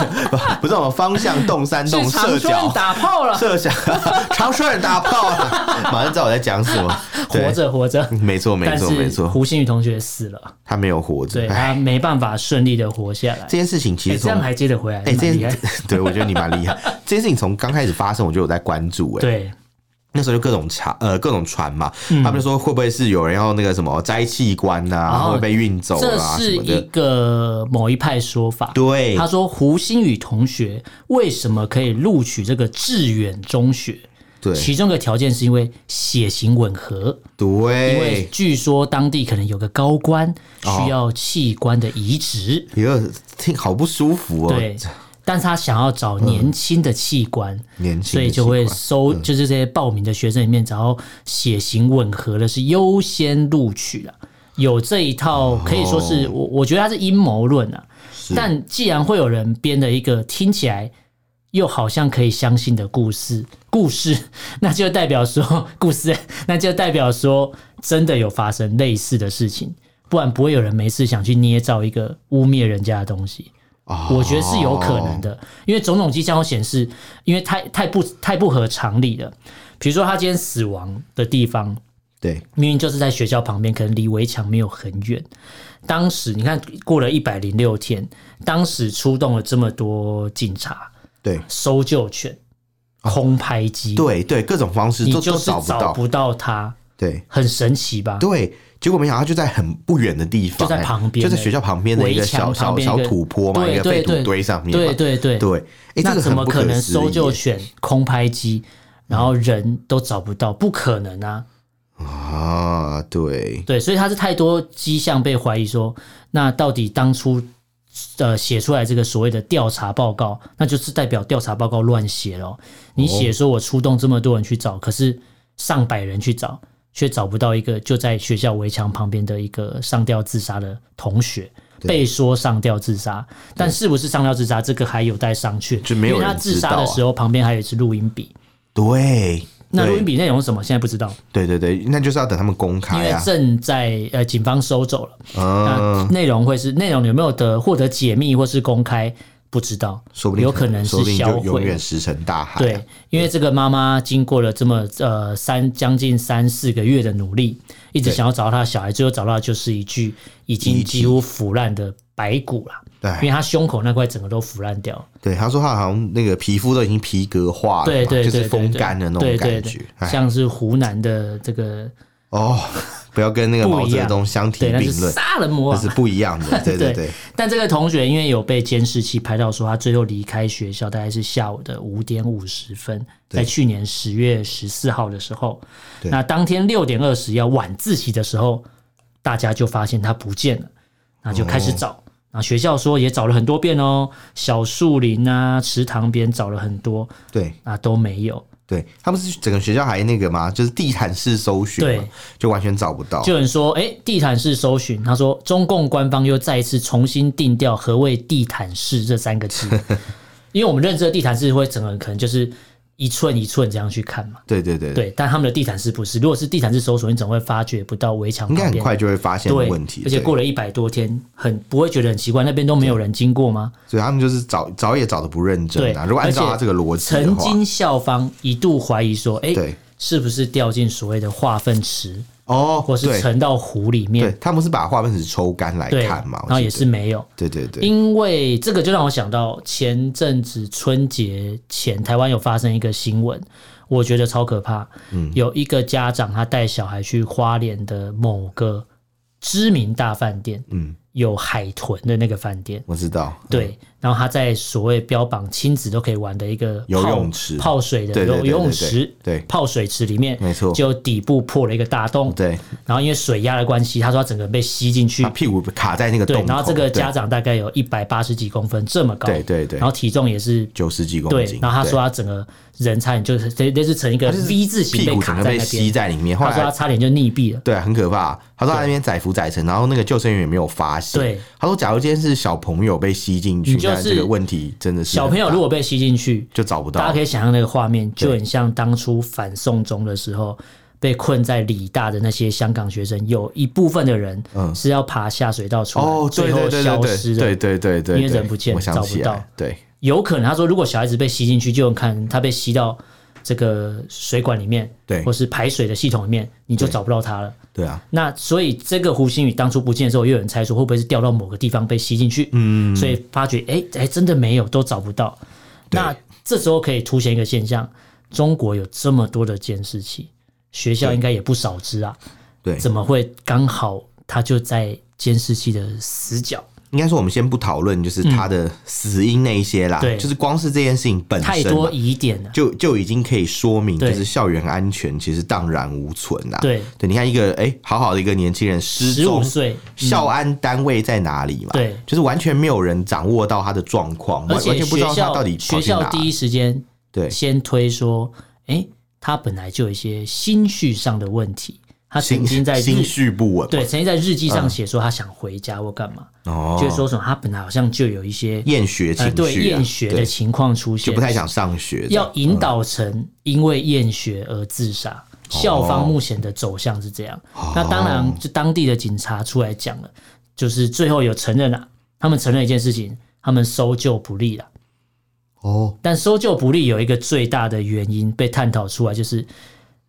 Speaker 1: 不是我们方向动三动
Speaker 2: 去
Speaker 1: 射
Speaker 2: 长
Speaker 1: 角
Speaker 2: 春打炮了，
Speaker 1: 射角， [laughs] 长顺打炮
Speaker 2: [laughs]
Speaker 1: 了，马上知道我在讲什么，对
Speaker 2: 活，着活着，
Speaker 1: 没错没
Speaker 2: 但
Speaker 1: 错没
Speaker 2: 是
Speaker 1: 错，
Speaker 2: 胡心宇同学死了，
Speaker 1: 他没有活着
Speaker 2: 对，
Speaker 1: 哎
Speaker 2: 他没办法顺利的活下来
Speaker 1: 这。件事情其
Speaker 2: 哎
Speaker 1: 实
Speaker 2: 这
Speaker 1: 从
Speaker 2: 样还接得回来，
Speaker 1: 哎、
Speaker 2: 蛮
Speaker 1: 这
Speaker 2: 厉害
Speaker 1: 件。 [laughs] 对我觉得你蛮厉害。这件事情从刚开始发生，我就有在关注、哎，
Speaker 2: 对，嗯
Speaker 1: 那时候就各种查，呃，各种传嘛，他们就说会不会是有人要那个什么摘器官呐、
Speaker 2: 哦
Speaker 1: 会不会被运走
Speaker 2: 这
Speaker 1: 啊
Speaker 2: 是
Speaker 1: 什么
Speaker 2: 一
Speaker 1: 的。
Speaker 2: 个某一派说法。
Speaker 1: 对
Speaker 2: 他说胡心宇同学为什么可以录取这个致远中学？
Speaker 1: 对
Speaker 2: 其中一个条件是因为血型吻合，因为
Speaker 1: 对，
Speaker 2: 据说当地可能有个高官
Speaker 1: 哦
Speaker 2: 需要器官的移植。
Speaker 1: 因为听好不舒服哦。
Speaker 2: 对，但是他想要找
Speaker 1: 嗯
Speaker 2: 年轻的器官，
Speaker 1: 年轻的嗯
Speaker 2: 所以就会
Speaker 1: 器官
Speaker 2: 收，就是这些报名的学生里面，只要血型吻合的是优先录取了。有这一套，可以说是我我觉得它是阴谋论啊。
Speaker 1: 哦是
Speaker 2: 但既然会有人编的一个听起来又好像可以相信的故事，故事那就代表说故事，那就代表说真的有发生类似的事情，不然不会有人没事想去捏造一个污蔑人家的东西。我觉得是有可能
Speaker 1: 的。
Speaker 2: 的，因为种种迹象都显示，因为太太不太不合常理了。比如说他今天死亡的地方，
Speaker 1: 对，
Speaker 2: 明明就是在学校旁边，可能离围墙没有很远。当时你看，过了一百零六天，当时出动了这么多警察、
Speaker 1: 对，
Speaker 2: 搜救犬、空拍机，，
Speaker 1: 哦对，对，各种方式
Speaker 2: 你
Speaker 1: 都
Speaker 2: 就
Speaker 1: 都
Speaker 2: 是
Speaker 1: 找不
Speaker 2: 找
Speaker 1: 到。
Speaker 2: 不到他，
Speaker 1: 对，
Speaker 2: 很神奇吧？
Speaker 1: 对，结果没想到他就在很不远的地方，
Speaker 2: 就在
Speaker 1: 哎
Speaker 2: 旁边
Speaker 1: 就在
Speaker 2: 而已
Speaker 1: 学校旁边的一个
Speaker 2: 围墙
Speaker 1: 小
Speaker 2: 旁
Speaker 1: 小
Speaker 2: 边
Speaker 1: 小
Speaker 2: 一个
Speaker 1: 土坡嘛，
Speaker 2: 对
Speaker 1: 一个
Speaker 2: 对
Speaker 1: 废
Speaker 2: 对
Speaker 1: 土堆上面嘛。
Speaker 2: 对对对
Speaker 1: 对，哎，这
Speaker 2: 那
Speaker 1: 个
Speaker 2: 怎
Speaker 1: 很
Speaker 2: 么
Speaker 1: 不
Speaker 2: 可能
Speaker 1: 思议
Speaker 2: 搜救
Speaker 1: 耶
Speaker 2: 犬、空拍机，然后人都找不到？不可能啊！
Speaker 1: 啊？对，
Speaker 2: 对，所以他是太多迹象被怀疑说，那到底当初呃写出来这个所谓的调查报告，那就是代表调查报告乱写咯。你写
Speaker 1: 哦
Speaker 2: 说我出动这么多人去找，可是上百人去找，却找不到一个就在学校围墙旁边的一个上吊自杀的同学。被说上吊自杀，但是不是上吊自杀，这个还有待商榷。
Speaker 1: 就没有
Speaker 2: 因为他
Speaker 1: 人
Speaker 2: 自
Speaker 1: 知
Speaker 2: 杀
Speaker 1: 道
Speaker 2: 的
Speaker 1: 啊
Speaker 2: 时候，旁边还有一支录音笔。
Speaker 1: 对，
Speaker 2: 那录音
Speaker 1: 对
Speaker 2: 笔内容是什么？现在不知道，
Speaker 1: 对对对，那就是要等他们公
Speaker 2: 因
Speaker 1: 开
Speaker 2: 为
Speaker 1: 啊。
Speaker 2: 正在呃警方收走了。那
Speaker 1: 嗯，
Speaker 2: 内容会是内容有没有得获得解密或是公开，不知道，
Speaker 1: 说不定
Speaker 2: 有可能
Speaker 1: 说
Speaker 2: 是
Speaker 1: 不定
Speaker 2: 销
Speaker 1: 就永
Speaker 2: 毁
Speaker 1: 远。石沉大海啊。
Speaker 2: 对，因为这个妈妈经过了这么呃三将近三四个月的努力，一直
Speaker 1: 对
Speaker 2: 想要找到她的小孩，最后找到的就是一具已
Speaker 1: 遗
Speaker 2: 经
Speaker 1: 体哎
Speaker 2: 几乎腐烂的白骨啦，因为
Speaker 1: 对
Speaker 2: 她胸口那块整个都腐烂掉了。
Speaker 1: 对，他说他好像那个皮肤都已经皮革化了嘛，
Speaker 2: 对对对，
Speaker 1: 哎就是
Speaker 2: 对
Speaker 1: 风
Speaker 2: 对
Speaker 1: 干的那
Speaker 2: 对
Speaker 1: 种
Speaker 2: 对
Speaker 1: 感
Speaker 2: 对
Speaker 1: 觉。哎
Speaker 2: 像是湖南的这个
Speaker 1: 哦，不要跟那个
Speaker 2: 不
Speaker 1: 毛
Speaker 2: 一
Speaker 1: 泽
Speaker 2: 样
Speaker 1: 东相提
Speaker 2: 对，那是
Speaker 1: 并论，
Speaker 2: 杀人魔
Speaker 1: 那
Speaker 2: 啊
Speaker 1: 是不一样的。
Speaker 2: [laughs]
Speaker 1: 对对对，
Speaker 2: 但这个同学因为有被监视器拍到，说他最后离开学校大概是下午的五点五十分，在去年十月十四号的时候，
Speaker 1: 对
Speaker 2: 那当天六点二十要晚自习的时候，大家就发现他不见了，那就开始找。那学校说也找了很多遍哦，小树林啊、池塘边找了很多，
Speaker 1: 对
Speaker 2: 啊都没有。
Speaker 1: 对，他们是整个学校还那个吗？就是地毯式搜寻嘛
Speaker 2: 对，
Speaker 1: 就完全找不到。
Speaker 2: 就有人说，哎、地毯式搜寻，他说中共官方又再一次重新定调何谓地毯式这三
Speaker 1: [laughs]
Speaker 2: 个字，因为我们认知的地毯式会整个可能就是一寸一寸这样去看嘛，
Speaker 1: 对对对，
Speaker 2: 对，但他们的地毯式不是，如果是地毯式搜索，你总会发觉不到围墙
Speaker 1: 应
Speaker 2: 旁
Speaker 1: 该很
Speaker 2: 边。
Speaker 1: 快就会发现
Speaker 2: 对，
Speaker 1: 问题。
Speaker 2: 而且
Speaker 1: 对
Speaker 2: 过了一百多天，很不会觉得很奇怪，那边都没有人经过吗？
Speaker 1: 所以他们就是找找也找的不认真啊。
Speaker 2: 对
Speaker 1: 如果按照
Speaker 2: 而且
Speaker 1: 他这个逻辑的
Speaker 2: 曾
Speaker 1: 话，
Speaker 2: 经校方一度怀疑说，哎、
Speaker 1: 对
Speaker 2: 是不是掉进所谓的化粪池，
Speaker 1: 哦，
Speaker 2: 或是
Speaker 1: 对
Speaker 2: 沉到湖里
Speaker 1: 对
Speaker 2: 面？，
Speaker 1: 他们是把化粪池抽干来
Speaker 2: 对，
Speaker 1: 看嘛，
Speaker 2: 然
Speaker 1: 我
Speaker 2: 后
Speaker 1: 记
Speaker 2: 也
Speaker 1: 得
Speaker 2: 是没有。
Speaker 1: 对对对，
Speaker 2: 因为这个就让我想到前阵子春节前，台湾有发生一个新闻，我觉得超可怕。
Speaker 1: 嗯
Speaker 2: 有一个家长他带小孩去花莲的某个知名大饭店，
Speaker 1: 嗯，
Speaker 2: 有海豚的那个饭店。
Speaker 1: 我知道，嗯
Speaker 2: 对，然后他在所谓标榜亲子都可以玩的一个泡
Speaker 1: 游泳池
Speaker 2: 泡水的
Speaker 1: 对对
Speaker 2: 游
Speaker 1: 对对
Speaker 2: 游泳
Speaker 1: 对
Speaker 2: 池，
Speaker 1: 对
Speaker 2: 泡水池里面，
Speaker 1: 没错
Speaker 2: 就底部破了一个大洞，
Speaker 1: 对，
Speaker 2: 然后因为水压的关系，他说他整个人被吸进去
Speaker 1: 把，屁股卡在那个洞
Speaker 2: 对
Speaker 1: 口，，
Speaker 2: 然后这个
Speaker 1: 对
Speaker 2: 家长大概有一百八十几公分，这么高，
Speaker 1: 对对对
Speaker 2: 然后体重也是
Speaker 1: 九十几公
Speaker 2: 对
Speaker 1: 斤，，
Speaker 2: 然后他
Speaker 1: 对
Speaker 2: 说他整个人差点就是类类似成一个
Speaker 1: 就是
Speaker 2: V 字形
Speaker 1: 屁股整
Speaker 2: 卡
Speaker 1: 个
Speaker 2: 在
Speaker 1: 被
Speaker 2: 那
Speaker 1: 吸
Speaker 2: 边，
Speaker 1: 在里面，后
Speaker 2: 他说他
Speaker 1: 来。
Speaker 2: 差点就溺毙了，
Speaker 1: 对，很可怕。他说他那边载浮载沉，然后那个救生员也没有发现。
Speaker 2: 对，
Speaker 1: 他说假如今天是小朋友被吸进去，
Speaker 2: 你就
Speaker 1: 那这
Speaker 2: 是
Speaker 1: 个问题真的是
Speaker 2: 小朋友
Speaker 1: 很大
Speaker 2: 如果被吸进去，
Speaker 1: 就找不
Speaker 2: 大
Speaker 1: 到
Speaker 2: 家可，以想象那个画面，就很像当初反送中的时候。被困在理大的那些香港学生，有一部分的人
Speaker 1: 嗯
Speaker 2: 是要爬下水道出来，
Speaker 1: 哦，对
Speaker 2: 最后
Speaker 1: 对对对
Speaker 2: 消失
Speaker 1: 对对
Speaker 2: 的。
Speaker 1: 对对对，
Speaker 2: 因为人不见
Speaker 1: 我想
Speaker 2: 找不
Speaker 1: 起
Speaker 2: 到
Speaker 1: 来，对
Speaker 2: 有可能他说，如果小孩子被吸进去，就有可能他被吸到这个水管里面，
Speaker 1: 对
Speaker 2: 或是排水的系统里面，你就找不到他了。
Speaker 1: 对啊，
Speaker 2: 那所以这个胡鑫宇当初不见的时候，又有人猜说会不会是掉到某个地方被吸进去？嗯，所以发觉哎哎，真的没有，都找不到。
Speaker 1: 对
Speaker 2: 那这时候可以凸显一个现象：中国有这么多的监视器，学校应该也不少知啊，
Speaker 1: 对。
Speaker 2: 怎么会刚好他就在监视器的死角？
Speaker 1: 应该说，我们先不讨论，就是他的死因那一些啦，
Speaker 2: 嗯对
Speaker 1: 就是光是这件事情本
Speaker 2: 太
Speaker 1: 身
Speaker 2: 多
Speaker 1: 嘛，
Speaker 2: 疑点了。
Speaker 1: 啊就就已经可以说明，就
Speaker 2: 对
Speaker 1: 是校园安全其实荡然无存啦。
Speaker 2: 对
Speaker 1: 对，你看一个哎、好好的一个年轻人失
Speaker 2: 十
Speaker 1: 踪
Speaker 2: 五，岁，
Speaker 1: 校安单位在哪里嘛？
Speaker 2: 对
Speaker 1: 就是完全没有人掌握到他的状况，完
Speaker 2: 而
Speaker 1: 完
Speaker 2: 且
Speaker 1: 全不知
Speaker 2: 学
Speaker 1: 道他
Speaker 2: 校
Speaker 1: 到底跑
Speaker 2: 学
Speaker 1: 去哪
Speaker 2: 校第一时间
Speaker 1: 对
Speaker 2: 先推说，哎、他本来就有一些心绪上的问题，他曾经在日
Speaker 1: 心绪嗯不稳，
Speaker 2: 对，曾经在日记上写说他想回家或干嘛，
Speaker 1: 哦，
Speaker 2: 就是说什么他本来好像就有一些
Speaker 1: 厌学情绪、
Speaker 2: 呃
Speaker 1: 啊
Speaker 2: 对厌学的
Speaker 1: 对
Speaker 2: 情况出现，
Speaker 1: 就不太想上学这样，
Speaker 2: 要引导成因为厌学而自杀。
Speaker 1: 嗯
Speaker 2: 校方目前的走向是这样，
Speaker 1: 哦
Speaker 2: 那当然就当地的警察出来讲了，就是最后有承认了、他们承认一件事情，他们搜救不力了。
Speaker 1: 哦，
Speaker 2: 但搜救不力有一个最大的原因被探讨出来，就是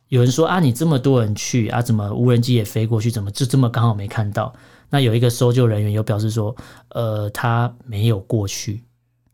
Speaker 2: 有人说啊，你这么多人去啊，怎么无人机也飞过去，怎么就这么刚好没看到？那有一个搜救人员有表示说，呃，他没有过去，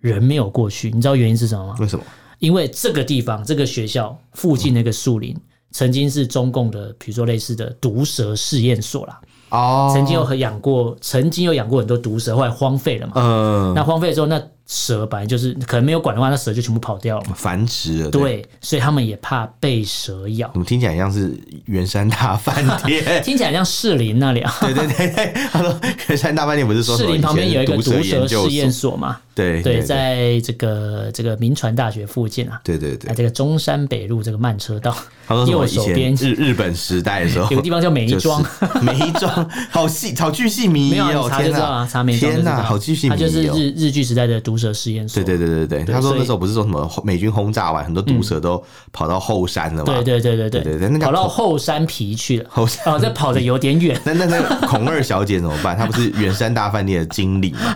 Speaker 2: 人没有过去，你知道原因是什么吗？
Speaker 1: 为什么？
Speaker 2: 因为这个地方、这个学校附近那个树林，曾经是中共的，比如说类似的毒蛇试验所啦，
Speaker 1: 哦，
Speaker 2: 曾经有养过，曾经有养过很多毒蛇，后来荒废了嘛。
Speaker 1: 嗯、
Speaker 2: 那荒废之后，那蛇本来就是可能没有管的话，那蛇就全部跑掉了嘛。
Speaker 1: 繁殖了，，
Speaker 2: 对，所以他们也怕被蛇咬
Speaker 1: 怎。么听起来像是圆山大饭
Speaker 2: [laughs]
Speaker 1: 店？
Speaker 2: 听起来像士林
Speaker 1: [laughs]
Speaker 2: 那里啊，
Speaker 1: 对对对，对他说圆山大饭店不是说什
Speaker 2: 士
Speaker 1: 么
Speaker 2: 林旁边
Speaker 1: 以前
Speaker 2: 有一
Speaker 1: 毒
Speaker 2: 个毒蛇
Speaker 1: 研究
Speaker 2: 试验
Speaker 1: 所？
Speaker 2: 所嘛，
Speaker 1: 对
Speaker 2: 对，在这个这个民传大学附近啊，
Speaker 1: 对对
Speaker 2: 在
Speaker 1: 对，
Speaker 2: 这个中山北路这个慢车道，
Speaker 1: 他说什
Speaker 2: 右
Speaker 1: 么以
Speaker 2: 手
Speaker 1: 前
Speaker 2: 边
Speaker 1: 日日本时代的时候，
Speaker 2: [laughs] 有个地方叫
Speaker 1: [laughs]
Speaker 2: 美
Speaker 1: 就
Speaker 2: 庄，
Speaker 1: 是梅庄，好细，好巨细靡
Speaker 2: 没
Speaker 1: 遗
Speaker 2: 有啊
Speaker 1: 哦！
Speaker 2: 你查就
Speaker 1: 天
Speaker 2: 知道
Speaker 1: 哪
Speaker 2: 啊，，查美妆就
Speaker 1: 天
Speaker 2: 知道
Speaker 1: 好巨细
Speaker 2: 它就
Speaker 1: 靡
Speaker 2: 是
Speaker 1: 遗哦！
Speaker 2: 日日据时代的毒蛇实验所。
Speaker 1: 对对对对对，
Speaker 2: 对
Speaker 1: 他说
Speaker 2: 所以嗯
Speaker 1: 那时候不是说什么美军轰炸完，很多毒蛇都跑到后山了嘛？
Speaker 2: 对对对对
Speaker 1: 对对对那个
Speaker 2: 跑到后山皮去了。
Speaker 1: 后山。
Speaker 2: 哦，这
Speaker 1: [laughs]。
Speaker 2: 跑的有点远
Speaker 1: 那那那孔二小姐怎么办？她不是圆山大饭店的经理
Speaker 2: [laughs]
Speaker 1: 吗？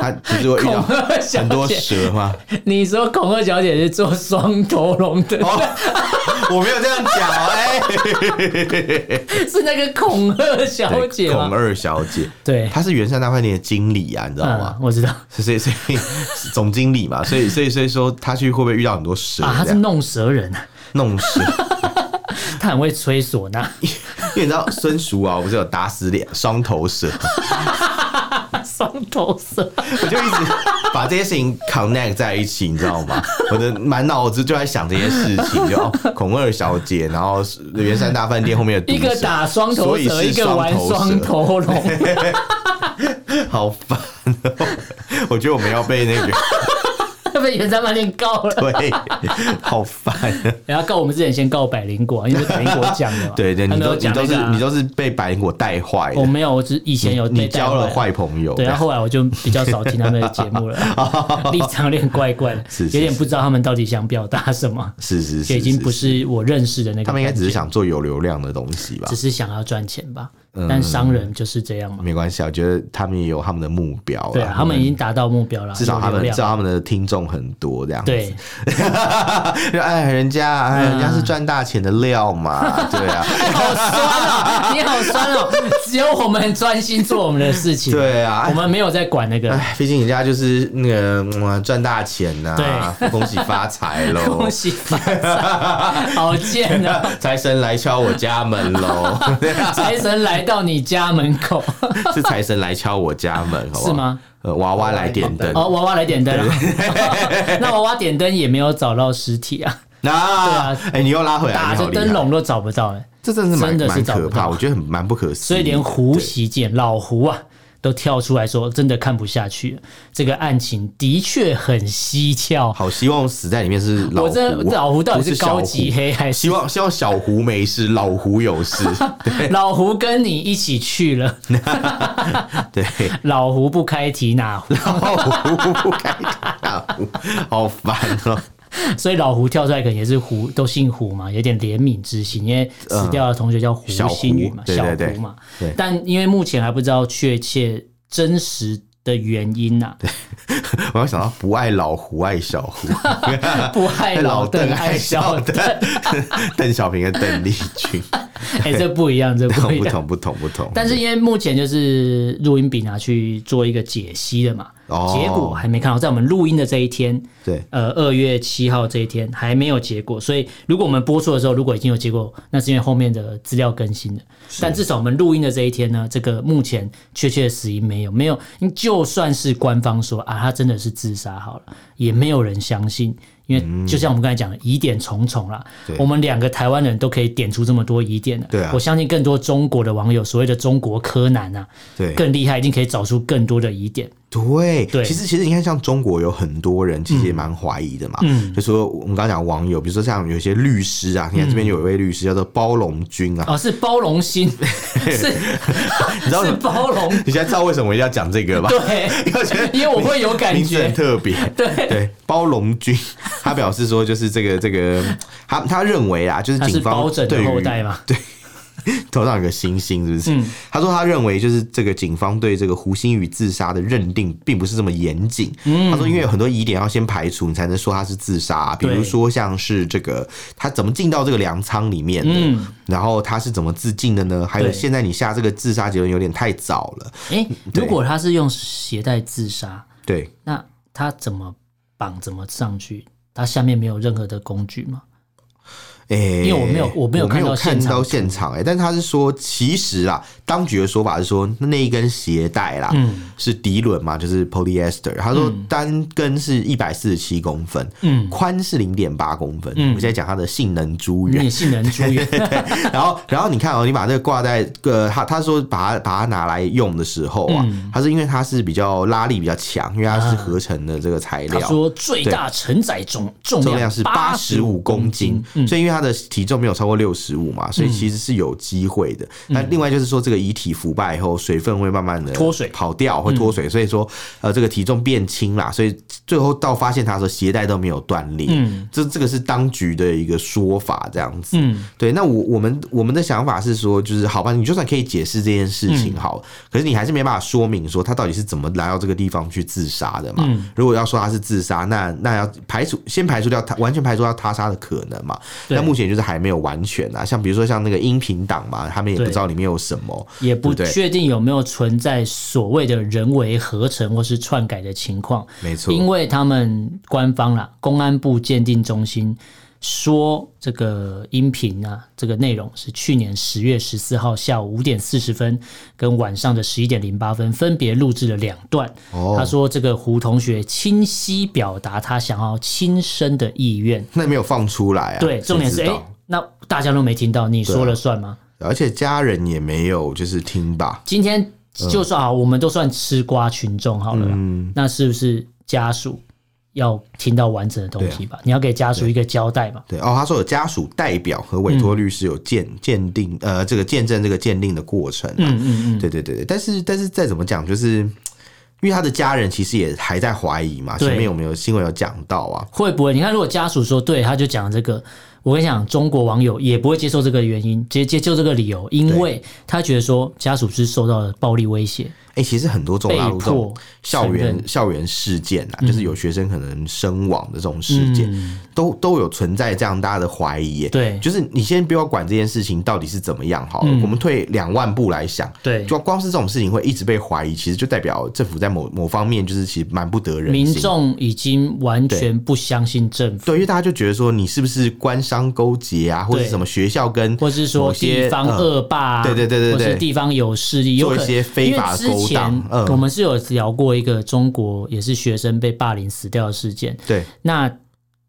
Speaker 1: 她不是会遇
Speaker 2: 孔
Speaker 1: 到
Speaker 2: 二小
Speaker 1: 很多
Speaker 2: 姐，
Speaker 1: 蛇吗？
Speaker 2: 你说孔二小姐是做双头龙的，
Speaker 1: 哦， [laughs] 我没有这样讲哎、
Speaker 2: 是那个孔二小姐
Speaker 1: 孔
Speaker 2: 吗？
Speaker 1: 二小姐，
Speaker 2: 对，
Speaker 1: 她是圆山大饭店的经理啊，你知道吗
Speaker 2: 嗯，？我知道啊，
Speaker 1: 所以所以总经理嘛，所以所以所以说她去会不会遇到很多蛇？
Speaker 2: 她
Speaker 1: 这
Speaker 2: 啊是
Speaker 1: 样
Speaker 2: 弄蛇人啊，
Speaker 1: 弄蛇，
Speaker 2: 她很会吹唢呐，
Speaker 1: 因为你知道孙叔啊，我不是有打死两双头蛇， [laughs]
Speaker 2: 双头蛇。
Speaker 1: 我就一直把这些事情 connect 在一起，你知道吗？我的满脑子就在想这些事情，就、哦、孔二小姐，然后是圆山大饭店后面的毒
Speaker 2: 一个
Speaker 1: 蛇
Speaker 2: 打双头
Speaker 1: 所以
Speaker 2: 蛇，
Speaker 1: 是
Speaker 2: 一个玩
Speaker 1: 双
Speaker 2: 双
Speaker 1: 头
Speaker 2: 头龙。
Speaker 1: 蛇，好烦、哦！ [laughs] 我觉得我们要被那个
Speaker 2: [laughs] 被原山饭店告了，
Speaker 1: 对， [laughs] 好烦、啊。，
Speaker 2: 然后告我们之前先告百灵果，因为百灵果讲了嘛
Speaker 1: [laughs] 对对，
Speaker 2: 他
Speaker 1: 你
Speaker 2: 没
Speaker 1: 都
Speaker 2: 有
Speaker 1: 你
Speaker 2: 讲
Speaker 1: 都
Speaker 2: 那个
Speaker 1: 是
Speaker 2: 啊
Speaker 1: 你都是被白灵果带坏
Speaker 2: 我
Speaker 1: 的，
Speaker 2: 没有，我只以前有
Speaker 1: 你
Speaker 2: 被带
Speaker 1: 交了
Speaker 2: 坏。
Speaker 1: 坏朋友。
Speaker 2: 对，然后后来我就比较少听他们的节目
Speaker 1: [laughs]
Speaker 2: 了，立场有点怪怪的，
Speaker 1: 是是
Speaker 2: 有点不知道他们到底想表达什么，
Speaker 1: 是是是，
Speaker 2: 也已经不
Speaker 1: 是，
Speaker 2: 是我认识的那个。
Speaker 1: 他们应该只是，想做有流量的东西吧
Speaker 2: 只？是想要赚钱吧。但商人就是这样嘛，
Speaker 1: 啊嗯没关系啊，我觉得他们也有他们的目标啦
Speaker 2: 对啊，他们已经达到目标了，
Speaker 1: 至少他
Speaker 2: 有
Speaker 1: 们
Speaker 2: 流
Speaker 1: 至少
Speaker 2: 量。
Speaker 1: 他们的听众很多这样子。
Speaker 2: 对，
Speaker 1: 就 [laughs] 哎，人家哎，
Speaker 2: 嗯
Speaker 1: 人家是赚大钱的料
Speaker 2: [laughs]
Speaker 1: 嘛，对啊，
Speaker 2: 好酸哦，你好酸哦！只有我们专心做我们的事情，
Speaker 1: 对啊
Speaker 2: 我们没有在管那个。
Speaker 1: 哎，毕竟人家就是那个嗯赚大钱呐、
Speaker 2: 对
Speaker 1: 恭喜发财喽
Speaker 2: [laughs] 恭，喜发财，好贱
Speaker 1: [laughs]
Speaker 2: 啊！
Speaker 1: 财神来敲我家门
Speaker 2: [laughs]
Speaker 1: 喽，
Speaker 2: 财神来到你家门口，
Speaker 1: [laughs] 是财神来敲我家门，好不好
Speaker 2: 是吗？
Speaker 1: 呃，娃娃来点灯，
Speaker 2: 哦，娃娃来点灯
Speaker 1: [laughs]
Speaker 2: 啊，那娃娃点灯也没有找到尸体啊，
Speaker 1: 那、
Speaker 2: 啊
Speaker 1: 哎、你又拉回来，
Speaker 2: 打
Speaker 1: 你好
Speaker 2: 着
Speaker 1: 厉害
Speaker 2: 灯，笼都找不到哎、
Speaker 1: 这真的是蛮
Speaker 2: 真的是
Speaker 1: 蛮
Speaker 2: 找不
Speaker 1: 可怕，
Speaker 2: 到
Speaker 1: 我觉得很蛮不可思议，
Speaker 2: 所以连胡喜简老胡啊都跳出来说，真的看不下去了，这个案情的确很蹊跷。
Speaker 1: 好希望死在里面是老
Speaker 2: 我
Speaker 1: 胡，
Speaker 2: 这老胡到底
Speaker 1: 不是
Speaker 2: 是
Speaker 1: 小
Speaker 2: 高级
Speaker 1: 胡
Speaker 2: 黑还
Speaker 1: 希
Speaker 2: 是
Speaker 1: 望希望小胡没事， [laughs] 老胡有事，
Speaker 2: 老胡跟你一起去了？
Speaker 1: 对。
Speaker 2: 老胡不开提哪
Speaker 1: [laughs]
Speaker 2: 壶？
Speaker 1: 老胡不该打胡，好烦哦、
Speaker 2: 所以老胡跳出来可能也是胡，都姓胡嘛，有点怜悯之心，因为死掉的同学叫胡
Speaker 1: 嗯小胡
Speaker 2: 心宇嘛，
Speaker 1: 对
Speaker 2: 小
Speaker 1: 对对
Speaker 2: 胡嘛
Speaker 1: 对。
Speaker 2: 但因为目前还不知道确切真实的原因呐、
Speaker 1: 我要想到不爱老胡爱小胡，
Speaker 2: 不爱
Speaker 1: 啊老
Speaker 2: 老
Speaker 1: 邓
Speaker 2: 邓
Speaker 1: 爱
Speaker 2: 爱
Speaker 1: 小
Speaker 2: 小
Speaker 1: 邓
Speaker 2: 邓，，
Speaker 1: [laughs] 邓小平跟邓丽
Speaker 2: [laughs]
Speaker 1: 君，
Speaker 2: 哎、这不一样，这
Speaker 1: 不
Speaker 2: 不一样。
Speaker 1: 同不同不同。
Speaker 2: 啊但是因为目前就是录音笔拿去做一个解析的嘛，
Speaker 1: 哦
Speaker 2: 结果还没看到，在我们录音的这一天，
Speaker 1: 对
Speaker 2: 呃，二月七号这一天还没有结果，所以如果我们播出的时候如果已经有结果，那是因为后面的资料更新了。但至少我们录音的这一天呢，这个目前确切的死因没有，没有，就算是官方说啊，他真的是自杀好了，也没有人相信，因为就像我们刚才讲的，疑点重重啦
Speaker 1: 嗯对。
Speaker 2: 我们两个台湾人都可以点出这么多疑点的，
Speaker 1: 对啊
Speaker 2: 我相信更多中国的网友，所谓的中国柯南啊，
Speaker 1: 对
Speaker 2: 更厉害，一定可以找出更多的疑点。
Speaker 1: 对，
Speaker 2: 对
Speaker 1: 其实其实你看，像中国有很多人其实也蛮怀疑的嘛，
Speaker 2: 嗯
Speaker 1: 就说我们刚刚讲网友，比如说像有一些律师啊，你看这边有一位律师叫做包龙君啊，
Speaker 2: 哦，是包
Speaker 1: [laughs]
Speaker 2: 容心，是，你
Speaker 1: 知道
Speaker 2: 是
Speaker 1: 吗
Speaker 2: 包容，
Speaker 1: 你现在知道为什么我一定要讲这个吧？
Speaker 2: 对，
Speaker 1: [laughs] 因为我觉得
Speaker 2: 因为我会有感
Speaker 1: 名字
Speaker 2: 觉
Speaker 1: 很，特别。
Speaker 2: [laughs] 对
Speaker 1: 对，包龙君他表示说，就是这个这个，他他认为啊，就是
Speaker 2: 他是
Speaker 1: 警方
Speaker 2: 包拯
Speaker 1: 对
Speaker 2: 的
Speaker 1: 于
Speaker 2: 后代嘛，
Speaker 1: 头上有个星星，是不是？
Speaker 2: 嗯
Speaker 1: 他说他认为就是这个警方对这个胡鑫宇自杀的认定并不是这么严谨。他说因为有很多疑点要先排除，你才能说他是自杀、啊比如
Speaker 2: 嗯对
Speaker 1: 说像是这个他怎么进到这个粮仓里面的，
Speaker 2: 嗯
Speaker 1: 然后他是怎么自尽的呢？还有
Speaker 2: 对
Speaker 1: 现在你下这个自杀结论有点太早了。
Speaker 2: 诶，
Speaker 1: 对
Speaker 2: 如果他是用鞋带自杀，
Speaker 1: 对，
Speaker 2: 那他怎么绑？怎么上去？他下面没有任何的工具吗？
Speaker 1: 诶，
Speaker 2: 因为我没有我没有看到
Speaker 1: 看
Speaker 2: 现场
Speaker 1: 到现场哎、但他是说，其实啊，当局的说法是说，那一根鞋带啦，
Speaker 2: 嗯
Speaker 1: 是涤纶嘛，就是 polyester。他说单根是一百四十七公分，
Speaker 2: 嗯，
Speaker 1: 宽是零点八公分。
Speaker 2: 嗯
Speaker 1: 我现在讲它的性能珠
Speaker 2: 你
Speaker 1: 圆
Speaker 2: 也，性能出远，
Speaker 1: [laughs] 然后，然后你看哦，你把这个挂在呃，他他说把它把它拿来用的时候啊，
Speaker 2: 嗯
Speaker 1: 他是因为它是比较拉力比较强，因为它是合成的这个材
Speaker 2: 啊他
Speaker 1: 料。
Speaker 2: 说最大承载重重
Speaker 1: 重
Speaker 2: 量
Speaker 1: 量是八
Speaker 2: 八
Speaker 1: 十五公斤，嗯所以因为他的体重没有超过六十五嘛，所以其实是有机会的。那、另外就是说，这个遗体腐败以后，水分会慢慢的
Speaker 2: 脱水
Speaker 1: 跑掉，会脱水，所以说呃，这个体重变轻啦，所以最后到发现他的时候，鞋带都没有断裂。
Speaker 2: 嗯
Speaker 1: 这这个是当局的一个说法，这样子。
Speaker 2: 嗯，
Speaker 1: 对，那我我们我们的想法是说，就是好吧，你就算可以解释这件事
Speaker 2: 嗯
Speaker 1: 情好了，可是你还是没办法说明说他到底是怎么来到这个地方去自杀的嘛。
Speaker 2: 嗯
Speaker 1: 如果要说他是自杀，那那要排除先排除掉他完全排除掉他杀的可能嘛。
Speaker 2: 对
Speaker 1: 那目前就是还没有完全啊，像比如说像那个音频档嘛，他们也不
Speaker 2: 对
Speaker 1: 知道里面有什么。
Speaker 2: 也不
Speaker 1: 对不对
Speaker 2: 确定有没有存在所谓的人为合成或是篡改的情况。
Speaker 1: 没错，
Speaker 2: 因为他们官方啦，公安部鉴定中心说这个音频啊，这个内容是去年十月十四号下午五点四十分跟晚上的十一点零八分分别录制了两段。
Speaker 1: 哦
Speaker 2: 他说这个胡同学清晰表达他想要轻生的意愿，
Speaker 1: 那没有放出来啊。
Speaker 2: 对，重点是
Speaker 1: 谁
Speaker 2: 哎、
Speaker 1: 知
Speaker 2: 诶
Speaker 1: 道啊
Speaker 2: 那大家都没听到，你说了算吗？
Speaker 1: 而且家人也没有就是听吧。
Speaker 2: 今天就算啊，我们都算吃瓜群众好了啦，那是不是家属要听到完整的东西吧？你要给家属一个交代嘛？
Speaker 1: 对哦，他说有家属代表和委
Speaker 2: 嗯
Speaker 1: 托律师有鉴鉴定，呃，这个见证这个鉴定的过程、啊。
Speaker 2: 嗯嗯嗯，
Speaker 1: 对对对对，但是但是再怎么讲，就是因为他的家人其实也还在怀疑嘛，
Speaker 2: 对
Speaker 1: 前面有没有新闻有讲到啊？
Speaker 2: 会不会？你看，如果家属说对，他就讲这个。我跟你讲，中国网友也不会接受这个原因，接接受这个理由，因为他觉得说家属是受到了暴力威胁，
Speaker 1: 哎、其实很多中国
Speaker 2: 被
Speaker 1: 大陆这种
Speaker 2: 迫
Speaker 1: 校
Speaker 2: 承
Speaker 1: 园
Speaker 2: 认嗯
Speaker 1: 校园事件啊，就是有学生可能身亡的这种事件，都都有存在这样大家的怀疑耶。
Speaker 2: 对嗯
Speaker 1: 就是你先不要管这件事情到底是怎么样好了，我们退两万步来想，
Speaker 2: 对
Speaker 1: 就光是这种事情会一直被怀疑，其实就代表政府在某某方面就是其实蛮不得人
Speaker 2: 民
Speaker 1: 心的。
Speaker 2: 众已经完全不相信政府，
Speaker 1: 对，因为大家就觉得说你是不是官商勾结啊，或者
Speaker 2: 对
Speaker 1: 是什么学校跟
Speaker 2: 或是说
Speaker 1: 某些
Speaker 2: 地方
Speaker 1: 呃
Speaker 2: 恶霸、啊
Speaker 1: 对对对对对
Speaker 2: 或是地方有势力，有
Speaker 1: 做
Speaker 2: 可
Speaker 1: 一些非法
Speaker 2: 因为
Speaker 1: 勾
Speaker 2: 之
Speaker 1: 当
Speaker 2: 前、
Speaker 1: 嗯
Speaker 2: 我们是有聊过一个中国也是学生被霸凌死掉的事件，
Speaker 1: 对
Speaker 2: 那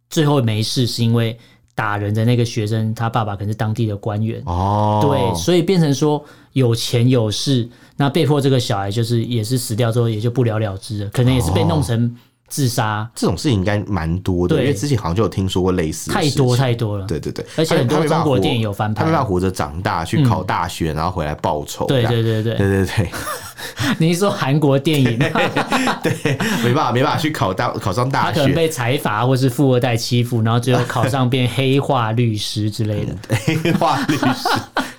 Speaker 2: 最后没事是因为打人的那个学生他爸爸可能是当地的官员，
Speaker 1: 哦，
Speaker 2: 对，所以变成说有钱有势，那被迫这个小孩就是也是死掉之后也就不了了之了，可能也是被弄成自杀，
Speaker 1: 这种事情应该蛮多的，因
Speaker 2: 对
Speaker 1: 为之前好像就有听说过类似的
Speaker 2: 太
Speaker 1: 事
Speaker 2: 多
Speaker 1: 情
Speaker 2: 太多了。
Speaker 1: 对对对，
Speaker 2: 而且
Speaker 1: 他
Speaker 2: 很多
Speaker 1: 他没办法
Speaker 2: 中国
Speaker 1: 活
Speaker 2: 电影有翻拍嗯
Speaker 1: 他没办法活着长大去考大学，然后回来报仇，这
Speaker 2: 对
Speaker 1: 样
Speaker 2: 对对对，
Speaker 1: 对对对，
Speaker 2: [laughs]
Speaker 1: [laughs]
Speaker 2: 你是说韩国电影，
Speaker 1: 没办法没办法去考大考上
Speaker 2: 他
Speaker 1: 大
Speaker 2: 可能
Speaker 1: 学，
Speaker 2: 被财阀或是富二代欺负，然后最后考上变黑化律师
Speaker 1: [laughs]
Speaker 2: 之类的，
Speaker 1: 黑化律师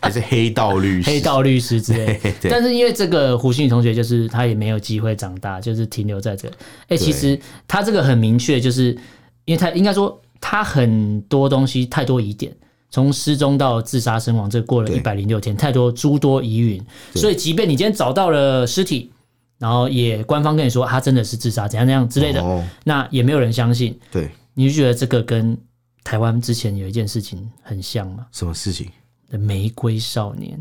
Speaker 1: 还是黑道律师，
Speaker 2: 黑道律师之类的。
Speaker 1: [laughs] 对
Speaker 2: 但是因为这个胡信宇同学，就是他也没有机会长大，就是停留在这。哎、其实他这个很明确，就是因为他应该说他很多东西太多疑点，从失踪到自杀身亡，这过了
Speaker 1: 对
Speaker 2: 一百零六天，太多诸多疑云。所以即便你今天找到了尸体，然后也官方跟你说啊他真的是自杀，怎样怎样之类的，
Speaker 1: 哦
Speaker 2: 那也没有人相信。
Speaker 1: 对，
Speaker 2: 你就觉得这个跟台湾之前有一件事情很像吗？
Speaker 1: 什么事情？
Speaker 2: 玫瑰少年。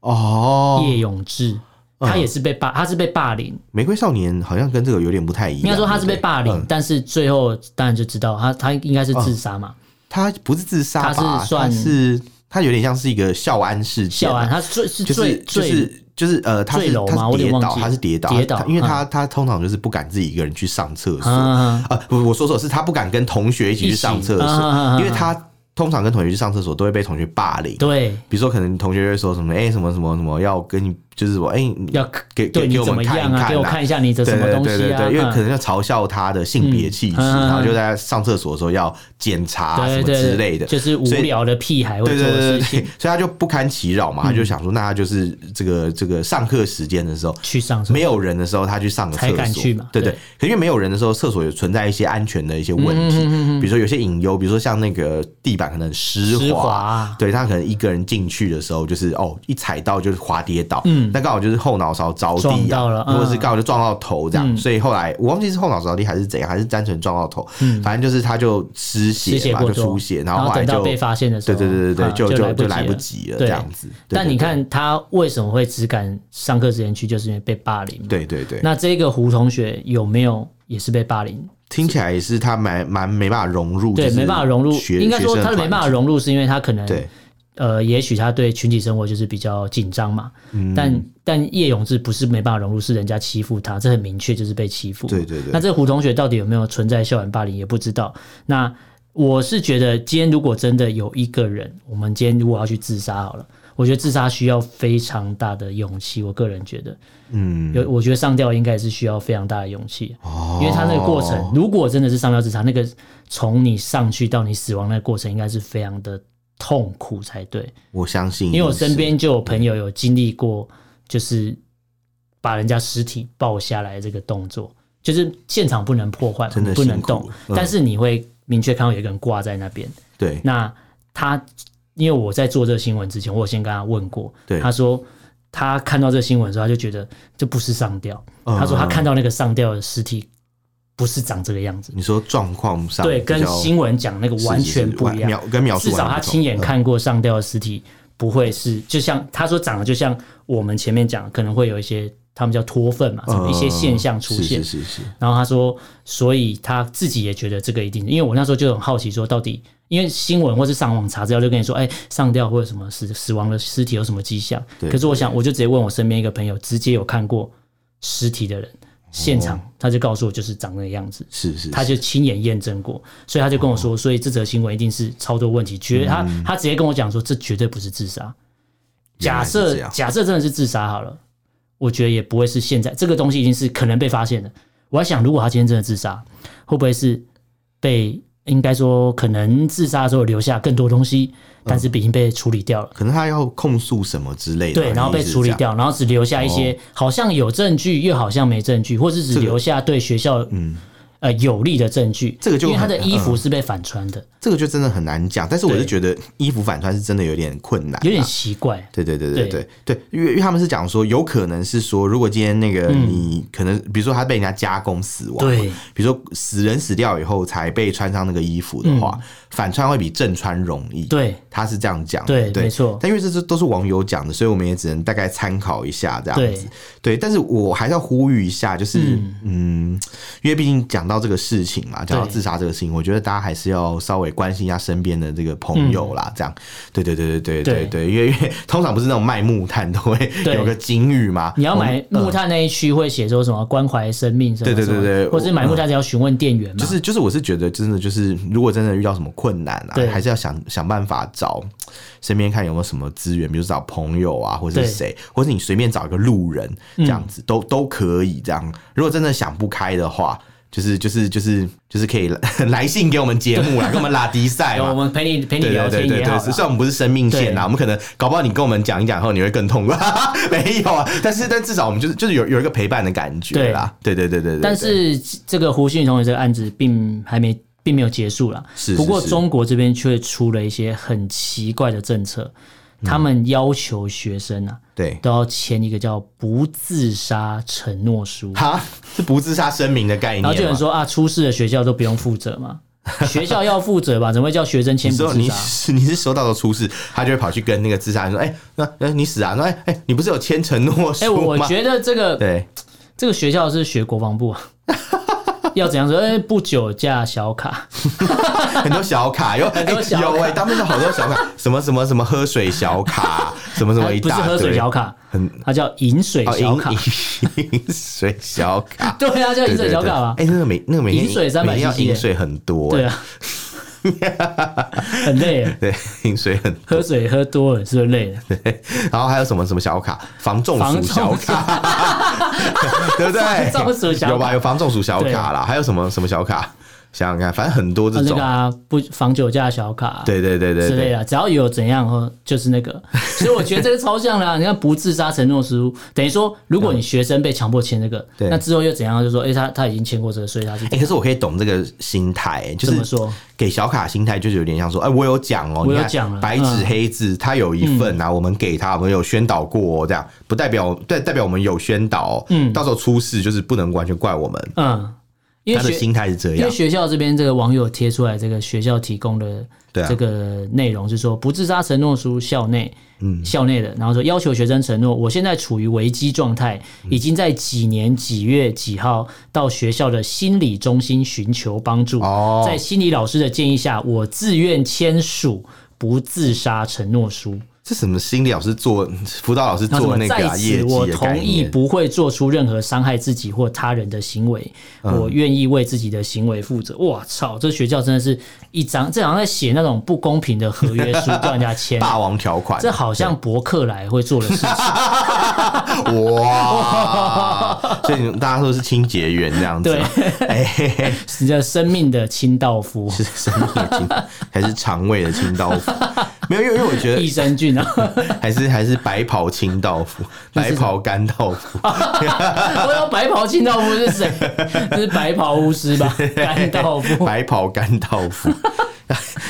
Speaker 1: 哦，嗯
Speaker 2: 叶永志，他也是被霸，他是被霸凌。
Speaker 1: 玫瑰少年好像跟这个有点不太一样。
Speaker 2: 应该说他是被
Speaker 1: 对不对
Speaker 2: 霸凌
Speaker 1: 嗯，
Speaker 2: 但是最后当然就知道他他应该是自杀
Speaker 1: 哦
Speaker 2: 嘛，
Speaker 1: 他不是自杀吧？
Speaker 2: 他是算
Speaker 1: 他是他有点像是一个孝安事件
Speaker 2: 孝
Speaker 1: 啊、
Speaker 2: 安，他最是
Speaker 1: 就是
Speaker 2: 最
Speaker 1: 就
Speaker 2: 最
Speaker 1: 是就是呃，他
Speaker 2: 坠
Speaker 1: 是
Speaker 2: 楼吗
Speaker 1: 他
Speaker 2: 我
Speaker 1: 是
Speaker 2: 有点
Speaker 1: 跌
Speaker 2: 忘
Speaker 1: 倒，
Speaker 2: 记
Speaker 1: 他是跌倒，
Speaker 2: 跌倒
Speaker 1: 他因为
Speaker 2: 嗯
Speaker 1: 他他通常就是不敢自己一个人去上厕所，
Speaker 2: 啊，
Speaker 1: [laughs] 啊，不，我说错，是他不敢跟同学一起去上厕
Speaker 2: 一起啊啊啊啊
Speaker 1: 所，因为他通常跟同学去上厕所都会被同学霸凌。
Speaker 2: 对，
Speaker 1: 比如说，可能同学就会说什么，哎、什么什么什么，要跟你，就是我，哎、你
Speaker 2: 要
Speaker 1: 给
Speaker 2: 对
Speaker 1: 给
Speaker 2: 你
Speaker 1: 给我
Speaker 2: 怎么
Speaker 1: 们看
Speaker 2: 样
Speaker 1: 一
Speaker 2: 啊？给我
Speaker 1: 啊
Speaker 2: 看一下你的
Speaker 1: 对
Speaker 2: 什么
Speaker 1: 对
Speaker 2: 东西
Speaker 1: 对
Speaker 2: 啊？
Speaker 1: 对对，因为
Speaker 2: 嗯
Speaker 1: 可能要嘲笑他的性别气质，
Speaker 2: 嗯嗯嗯
Speaker 1: 然后就在上厕所的时候要检查啊什
Speaker 2: 对
Speaker 1: 么
Speaker 2: 对
Speaker 1: 之
Speaker 2: 对
Speaker 1: 类的，
Speaker 2: 就是无聊的屁孩会
Speaker 1: 对
Speaker 2: 做
Speaker 1: 对
Speaker 2: 的
Speaker 1: 对对
Speaker 2: 事
Speaker 1: 对
Speaker 2: 情，，嗯
Speaker 1: 所以他就不堪其扰嘛，他就想说，那他就是这个这个上课时间的时候。
Speaker 2: 去上厕所
Speaker 1: 没有人的时候，他去上个厕
Speaker 2: 才敢
Speaker 1: 所，
Speaker 2: 去嘛
Speaker 1: 对
Speaker 2: 对嗯
Speaker 1: 对。可因为没有人的时候，厕所有存在一些安全的一些问题，比如说有些隐忧，比如说像那个地板可能很湿
Speaker 2: 湿
Speaker 1: 滑，
Speaker 2: 滑
Speaker 1: 对他可能一个人进去的时候，就是哦一踩到就是滑跌倒，那刚好就是后脑勺着地、啊，
Speaker 2: 嗯撞到了嗯嗯
Speaker 1: 或者是刚好就撞到头这样，所以后来我忘记是后脑勺着地还是怎样，还是单纯撞到头，反正就是他就失血
Speaker 2: 嗯失血
Speaker 1: 嘛，
Speaker 2: 过
Speaker 1: 就
Speaker 2: 多
Speaker 1: 出血，然
Speaker 2: 然后
Speaker 1: 后后来
Speaker 2: 等到
Speaker 1: 就
Speaker 2: 被发现的时
Speaker 1: 对
Speaker 2: 候，
Speaker 1: 对对对对，
Speaker 2: 啊
Speaker 1: 就
Speaker 2: 就
Speaker 1: 就就来不
Speaker 2: 不
Speaker 1: 及了
Speaker 2: 对
Speaker 1: 这样子。对
Speaker 2: 但
Speaker 1: 对
Speaker 2: 你
Speaker 1: 对
Speaker 2: 看他为什么会只敢上课时间去，就是因为被霸凌嘛。
Speaker 1: 对对对，
Speaker 2: 那这个胡同学有没有也是被霸凌？
Speaker 1: 听起来也是他蛮蛮没办法融入，
Speaker 2: 对，
Speaker 1: 就是
Speaker 2: 没办法融入。
Speaker 1: 学
Speaker 2: 应该说
Speaker 1: 学生
Speaker 2: 他
Speaker 1: 的
Speaker 2: 没办法
Speaker 1: 团体
Speaker 2: 融入，是因为他可能
Speaker 1: 对
Speaker 2: 呃，也许他对群体生活就是比较紧张嘛。
Speaker 1: 嗯
Speaker 2: 但但叶永志不是没办法融入，是人家欺负他，这很明确就是被欺负。
Speaker 1: 对对对
Speaker 2: 那这个胡同学到底有没有存在校园霸凌也不知道。那我是觉得，今天如果真的有一个人，我们今天如果要去自杀好了，我觉得自杀需要非常大的勇气。我个人觉得，
Speaker 1: 嗯，
Speaker 2: 有我觉得上吊应该也是需要非常大的勇气。
Speaker 1: 哦
Speaker 2: 因为他那个过程，如果真的是上吊自杀，那个从你上去到你死亡那个过程，应该是非常的痛苦才对。
Speaker 1: 我相信，
Speaker 2: 因为我身边就有朋友有经历过，就是把人家尸体抱下来这个动作，就是现场不能破坏嘛，
Speaker 1: 真的
Speaker 2: 不能
Speaker 1: 辛苦
Speaker 2: 动，
Speaker 1: 嗯
Speaker 2: 但是你会明确看到有一个人挂在那边，
Speaker 1: 对
Speaker 2: 那他因为我在做这个新闻之前，我有先跟他问过，
Speaker 1: 对
Speaker 2: 他说他看到这个新闻的时候，他就觉得这不是上吊，
Speaker 1: 嗯
Speaker 2: 他说他
Speaker 1: 嗯
Speaker 2: 看到那个上吊的尸体不是长这个样子，
Speaker 1: 你说状况上
Speaker 2: 对，
Speaker 1: 比
Speaker 2: 跟
Speaker 1: 较
Speaker 2: 新闻讲那个
Speaker 1: 是
Speaker 2: 完
Speaker 1: 是是
Speaker 2: 全不一样
Speaker 1: 描。跟描述
Speaker 2: 至
Speaker 1: 完全不同，嗯
Speaker 2: 少他亲眼看过上吊的尸体，不会是就像他说长得就像我们前面讲的，可能会有一些他们叫脱粪嘛，什么
Speaker 1: 嗯
Speaker 2: 一些现象出现
Speaker 1: 是。是是是，
Speaker 2: 然后他说，所以他自己也觉得这个一定，因为我那时候就很好奇，说到底，因为新闻或是上网查资料就跟你说，哎，上吊或者什么死死亡的尸体有什么迹象？
Speaker 1: 对
Speaker 2: 可是我想，我就直接问我身边一个朋友，直接有看过尸体的人，现
Speaker 1: 哦
Speaker 2: 场他就告诉我就是长那个样子。
Speaker 1: 是是，哦
Speaker 2: 他就亲眼验证过，所以他就跟我说，所以这则新闻一定是操作问题，绝他他直接跟我讲说，这绝对不是自杀。
Speaker 1: 嗯原
Speaker 2: 假
Speaker 1: 来是
Speaker 2: 设
Speaker 1: 这样
Speaker 2: 假设真的是自杀好了，我觉得也不会是现在这个东西已经是可能被发现的。我在想，如果他今天真的自杀，会不会是被应该说可能自杀的时候留下更多东西，但是
Speaker 1: 嗯
Speaker 2: 已经被处理掉了。
Speaker 1: 可能他要控诉什么之类的吧，
Speaker 2: 对，然后
Speaker 1: 你
Speaker 2: 被
Speaker 1: 意思是
Speaker 2: 处理
Speaker 1: 这样。
Speaker 2: 掉，然后只留下一些好像有证据，又好像没证据，或是只
Speaker 1: 哦这个嗯
Speaker 2: 留下对学校呃有利的证据。
Speaker 1: 这个就
Speaker 2: 因为他
Speaker 1: 很嗯
Speaker 2: 的衣服是被反穿的，
Speaker 1: 这个就真的很难讲，但是我
Speaker 2: 对
Speaker 1: 是觉得衣服反穿是真的有点困难啊，
Speaker 2: 有点奇怪。
Speaker 1: 对对对对
Speaker 2: 对
Speaker 1: 对对，因为因为他们是讲说，有可能是说，如果今天那个你可能，比如说他被人家加工死亡，
Speaker 2: 嗯对，
Speaker 1: 比如说死人死掉以后才被穿上那个衣服的话，
Speaker 2: 嗯
Speaker 1: 反穿会比正穿容易。。
Speaker 2: 对，
Speaker 1: 他是这样讲的，
Speaker 2: 对
Speaker 1: 对，
Speaker 2: 没错
Speaker 1: 但因为这是都是网友讲的，所以我们也只能大概参考一下这样
Speaker 2: 对
Speaker 1: 子。对，但是我还是要呼吁一下，就是嗯因为毕竟讲到这个事情嘛，讲到
Speaker 2: 对
Speaker 1: 自杀这个事情，我觉得大家还是要稍微关心一下身边的这个朋友啦，这样。对对对对对
Speaker 2: 嗯
Speaker 1: 对
Speaker 2: 对
Speaker 1: 对，因为因为通常不是那种卖木炭都会
Speaker 2: 对
Speaker 1: 有个金玉嘛，
Speaker 2: 你要
Speaker 1: 我
Speaker 2: 买
Speaker 1: 们呃
Speaker 2: 木炭那一区会写说什么关怀生命什么
Speaker 1: 哦嗯对对
Speaker 2: 什么
Speaker 1: 对对嗯
Speaker 2: 或者买木炭只要询问店员嘛
Speaker 1: 就。是就是，我是觉得真的就是，如果真的遇到什么困难啊
Speaker 2: 对，
Speaker 1: 还是要想想办法找身边看有没有什么资源，比如找朋友啊，或者
Speaker 2: 对嗯
Speaker 1: 是谁，或者你随便找一个路人这样子，都都可以这样。如果真的想不开的话。就是就是就是就是可以来 [laughs] 来信给我们节
Speaker 2: [laughs]
Speaker 1: 目啦，跟我们拉迪赛
Speaker 2: 有哎我
Speaker 1: 嘛，
Speaker 2: 们陪你陪你
Speaker 1: 对
Speaker 2: 聊
Speaker 1: 对对
Speaker 2: 天
Speaker 1: 对
Speaker 2: 也好
Speaker 1: 对，
Speaker 2: 啦，
Speaker 1: 虽然我们不是生命线
Speaker 2: 对
Speaker 1: 啦，我们可能搞不好你跟我们讲一讲后，你会更痛苦， [laughs] 没有啊，但是但至少我们就是就是有有一个陪伴的感觉啦，对对对对对，
Speaker 2: 但
Speaker 1: 对
Speaker 2: 是这个胡信宇同学这个案子并还没并没有结束啦。
Speaker 1: 是
Speaker 2: 不过
Speaker 1: 是是
Speaker 2: 中国这边却出了一些很奇怪的政策，
Speaker 1: 嗯
Speaker 2: 他们要求学生啊
Speaker 1: 对
Speaker 2: 都要签一个叫不自杀承诺 [laughs] 书。
Speaker 1: 哈，是不自杀声明的概念
Speaker 2: 然
Speaker 1: 吗。
Speaker 2: 后就有人说啊，出事的学校都不用负责
Speaker 1: [laughs]
Speaker 2: 嘛，学校要负责吧？怎么会叫学生签
Speaker 1: 你
Speaker 2: 不
Speaker 1: 说
Speaker 2: 自
Speaker 1: 你
Speaker 2: 杀？
Speaker 1: 是你是收到的出事，他就会跑去跟那个自杀人说：“哎、那那你死啊！”说：“哎、哎、你不是有签承诺
Speaker 2: 哎、
Speaker 1: [laughs]
Speaker 2: 我
Speaker 1: 书吗？”
Speaker 2: 我觉得这个
Speaker 1: 对， [laughs]
Speaker 2: 这个学校是学国防部啊，要怎样说？哎、不酒驾小卡，
Speaker 1: 很多小卡，
Speaker 2: [laughs]
Speaker 1: 有很
Speaker 2: 多小卡
Speaker 1: 有哎、他们有好多小卡，什么什么什么喝水小卡，什么什么一
Speaker 2: 哎不是
Speaker 1: 大堆，
Speaker 2: 喝水小卡，
Speaker 1: 很
Speaker 2: 它叫饮水
Speaker 1: 哦，
Speaker 2: 小卡。
Speaker 1: 饮饮水小卡，
Speaker 2: [laughs] 对啊，叫饮水小卡吧？
Speaker 1: 对对对哎，那个每那个每天
Speaker 2: 饮水300
Speaker 1: 每天要
Speaker 2: cc
Speaker 1: 饮水很多，
Speaker 2: 对
Speaker 1: 哎
Speaker 2: 啊，很累耶，
Speaker 1: 对， [laughs] 饮水很多。
Speaker 2: 喝水喝多了是不是累了？
Speaker 1: 然后还有什么什么小卡，防中暑
Speaker 2: 防
Speaker 1: 小
Speaker 2: 中
Speaker 1: 卡，对不对？
Speaker 2: 防中暑小卡
Speaker 1: 有吧？有防中暑小
Speaker 2: 对
Speaker 1: 卡啦，还有什么什么小卡？想想看，反正很多 [laughs] 这
Speaker 2: 那这
Speaker 1: 种
Speaker 2: 个。啊，不防酒驾小卡，啊
Speaker 1: 对对对对
Speaker 2: 之类
Speaker 1: 对，
Speaker 2: 的，只要有怎样哦，就是那
Speaker 1: [laughs]
Speaker 2: 个。所以我觉得这个超像啊啦、你看不自杀承诺书，等于说，如果你学生被强迫签这个，
Speaker 1: 对
Speaker 2: 那之后又怎样？就说，哎、他他已经签过这个，所以他是、
Speaker 1: 哎，可是我可以懂这个心态，就
Speaker 2: 怎么
Speaker 1: 是
Speaker 2: 说？
Speaker 1: 给小卡心态就是有点像说，哎，我有讲哦，
Speaker 2: 我有
Speaker 1: 你看
Speaker 2: 讲了
Speaker 1: 白纸
Speaker 2: 嗯
Speaker 1: 黑字，他有一份啊，我们给他，我们有宣导过哦，这样不代表对，代表我们有宣导，嗯，到时候出事就是不能完全怪我们，
Speaker 2: 嗯，因
Speaker 1: 他
Speaker 2: 为
Speaker 1: 的
Speaker 2: 学
Speaker 1: 心啊态是这
Speaker 2: 因为
Speaker 1: 样，
Speaker 2: 学校这边这个网友贴出来这个学校提供的
Speaker 1: 对啊
Speaker 2: 这个内容是说，不自杀承诺书校内。嗯，校内的，然后说要求学生承诺，我现在处于危机状态，
Speaker 1: 嗯
Speaker 2: 已经在几年几月几号到学校的心理中心寻求帮助。
Speaker 1: 哦
Speaker 2: 在心理老师的建议下，我自愿签署不自杀承诺书。
Speaker 1: 这什么心理老师做辅导老师
Speaker 2: 然后
Speaker 1: 做
Speaker 2: 什么
Speaker 1: 那个
Speaker 2: 在
Speaker 1: 啊
Speaker 2: 此
Speaker 1: 业
Speaker 2: 我
Speaker 1: 绩的概
Speaker 2: 同意
Speaker 1: 念，
Speaker 2: 不会做出任何伤害自己或他人的行为，
Speaker 1: 嗯
Speaker 2: 我愿意为自己的行为负责。我操，这学校真的是一张，这好像在写那种不公平的合约书，叫人
Speaker 1: [laughs]
Speaker 2: 家签。
Speaker 1: 霸王条款，
Speaker 2: 这好像伯克莱会做的
Speaker 1: [laughs]
Speaker 2: 事情， [laughs]
Speaker 1: 哇，所以大家都是清洁员这样子
Speaker 2: 对
Speaker 1: 嘛，哎嘿嘿
Speaker 2: 你的生命的清道夫、
Speaker 1: 是生命的清，还是肠胃的清道夫？没有，因为因为我觉
Speaker 2: [laughs]
Speaker 1: 得
Speaker 2: 益生菌啊！
Speaker 1: [laughs] 还是还是白袍清道
Speaker 2: [laughs]
Speaker 1: 夫，白袍干道夫，
Speaker 2: 我要白袍清道夫是
Speaker 1: [laughs]
Speaker 2: 谁？是白袍巫师吧？干道夫。
Speaker 1: 白袍干道夫。 [laughs]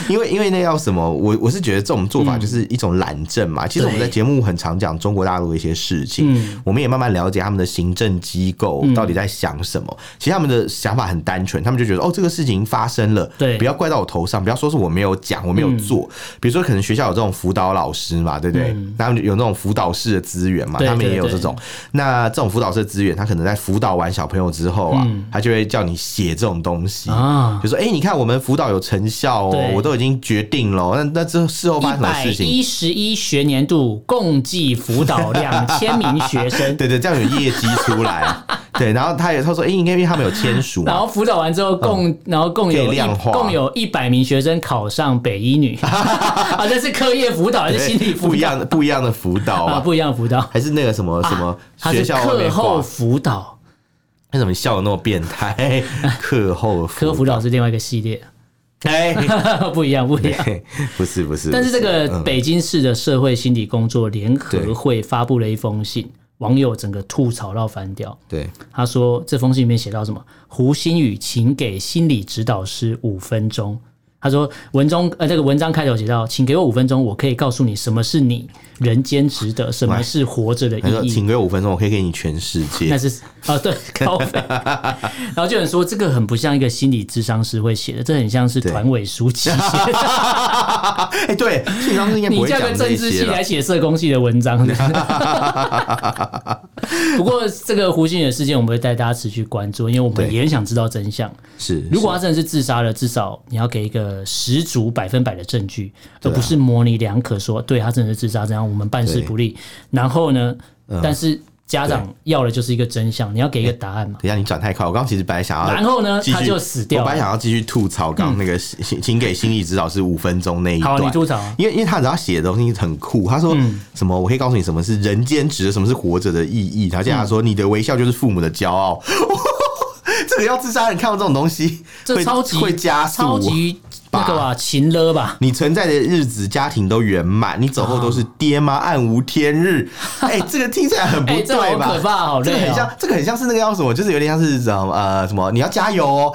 Speaker 1: 因为因为那叫什么，我我是觉得这种做
Speaker 2: 嗯
Speaker 1: 法就是一种懒政嘛。其实我们在节目很常讲中国大陆的一些事情，
Speaker 2: 嗯
Speaker 1: 我们也慢慢了解他们的行政机构到底在想什么。其实他们的想法很单纯，他们就觉得哦，这个事情发生了，
Speaker 2: 对嗯
Speaker 1: 不要怪到我头上，不要说是我没有讲，我没有做。比如说，可能学校有这种辅导老师嘛，对不对？他们有那种辅导室的资源嘛，
Speaker 2: 嗯对
Speaker 1: 他们也有
Speaker 2: 对对
Speaker 1: 这种。那这种辅导室的资源，他可能在辅导完小朋友之后啊，他就会叫你写这种东西
Speaker 2: 嗯啊
Speaker 1: 就说：“哎、你看我们辅导有成效哦，
Speaker 2: 对
Speaker 1: 我都已经决定了哦。那那之后事后发生
Speaker 2: 一
Speaker 1: 什么
Speaker 2: 百
Speaker 1: 事情？
Speaker 2: 一十一学年度共计辅导两千名学
Speaker 1: [laughs]
Speaker 2: 生，
Speaker 1: 对对，这样有业绩出来。
Speaker 2: [laughs]
Speaker 1: 对，然后他也他说：‘哎、应该因为他们有签署
Speaker 2: 然
Speaker 1: 嘛。
Speaker 2: 后辅导完之后共，然后共有
Speaker 1: 嗯可以
Speaker 2: 一
Speaker 1: 量化
Speaker 2: 共有一百名学生考上北医女， [laughs] 啊，这是课业辅导还
Speaker 1: 对
Speaker 2: 是’心理
Speaker 1: [laughs]
Speaker 2: 辅
Speaker 1: 不一
Speaker 2: 导
Speaker 1: 样的不一样的辅导
Speaker 2: 啊？
Speaker 1: 啊，
Speaker 2: 不一样的辅导，
Speaker 1: 还是那个什么什么
Speaker 2: 它
Speaker 1: [laughs] 学
Speaker 2: 是
Speaker 1: 校外
Speaker 2: 课
Speaker 1: 面挂
Speaker 2: 后辅导，
Speaker 1: 那怎么笑的那么变态？课后
Speaker 2: 课后辅导是另外一个系列， [laughs]
Speaker 1: 哎， [laughs]
Speaker 2: 不一样，不一样。
Speaker 1: 嘿不是不是，
Speaker 2: 但是这
Speaker 1: 不
Speaker 2: 个北京市的社会心理工作联合会发布了一封信，网友整个吐槽到翻掉。
Speaker 1: 对
Speaker 2: 他说这封信里面写到什么？胡心宇，请给心理指导师五分钟。他说文中呃，这个文章开头写到，请给我五分钟，我可以告诉你什么是你人间值得，什么是活着的
Speaker 1: 他说
Speaker 2: 意义。
Speaker 1: 请给我五分钟，我可以给你全世
Speaker 2: 那
Speaker 1: 界。
Speaker 2: 是啊、
Speaker 1: [laughs]
Speaker 2: 对，高飞。然后就有人说，这个很不像一个心理智商师会写的，这很像是团委
Speaker 1: [laughs]
Speaker 2: 书记写的。
Speaker 1: 哎，对，所以当时应该不
Speaker 2: 你
Speaker 1: 会
Speaker 2: 这样
Speaker 1: 讲
Speaker 2: 跟政
Speaker 1: 这
Speaker 2: 治
Speaker 1: 些
Speaker 2: 系
Speaker 1: 了
Speaker 2: 来。写社工系的文章。 [laughs] 不过这个胡心宇的事件，我们会带大家持续关注，因为我们
Speaker 1: 对
Speaker 2: 也很想知道真相。
Speaker 1: 是，
Speaker 2: 如果他真的是自杀了，至少你要给一个十足百分百的证据，
Speaker 1: 啊
Speaker 2: 而不是模棱两可说，对他真的是自杀，这样我们办事不力。然后呢，
Speaker 1: 嗯
Speaker 2: 但是家长要的就是一个真相，你要给一个答案嘛。
Speaker 1: 等一下，你转太快，我刚刚其实本来想要，
Speaker 2: 然后呢
Speaker 1: 继续
Speaker 2: 他就死掉了嗯
Speaker 1: 我本来想要继续吐槽刚刚那个，请请给心理指导师五分钟那一段。
Speaker 2: 好，你吐槽。啊嗯
Speaker 1: 因为因为他只要写的东西很酷，他说什么、我可以告诉你什么是人间值得，什么是活着的意义。他接下来
Speaker 2: 嗯
Speaker 1: 说、你的微笑就是父母的骄傲。 [laughs] 这个要自杀人看到这种东西，
Speaker 2: 这
Speaker 1: 会
Speaker 2: 超级
Speaker 1: 会加速，啊
Speaker 2: 超级那个吧，情勒吧。
Speaker 1: 你存在的日子，家庭都圆满，你走后都是爹妈暗无天
Speaker 2: [laughs]
Speaker 1: 日。哎、这个听起来很不
Speaker 2: 哎，这好
Speaker 1: 对吧？
Speaker 2: 可怕，好
Speaker 1: 这个
Speaker 2: 累
Speaker 1: 很像
Speaker 2: 哦。，
Speaker 1: 这个很像是那个叫什么，就是有点像是什么呃什么，你要加油哦，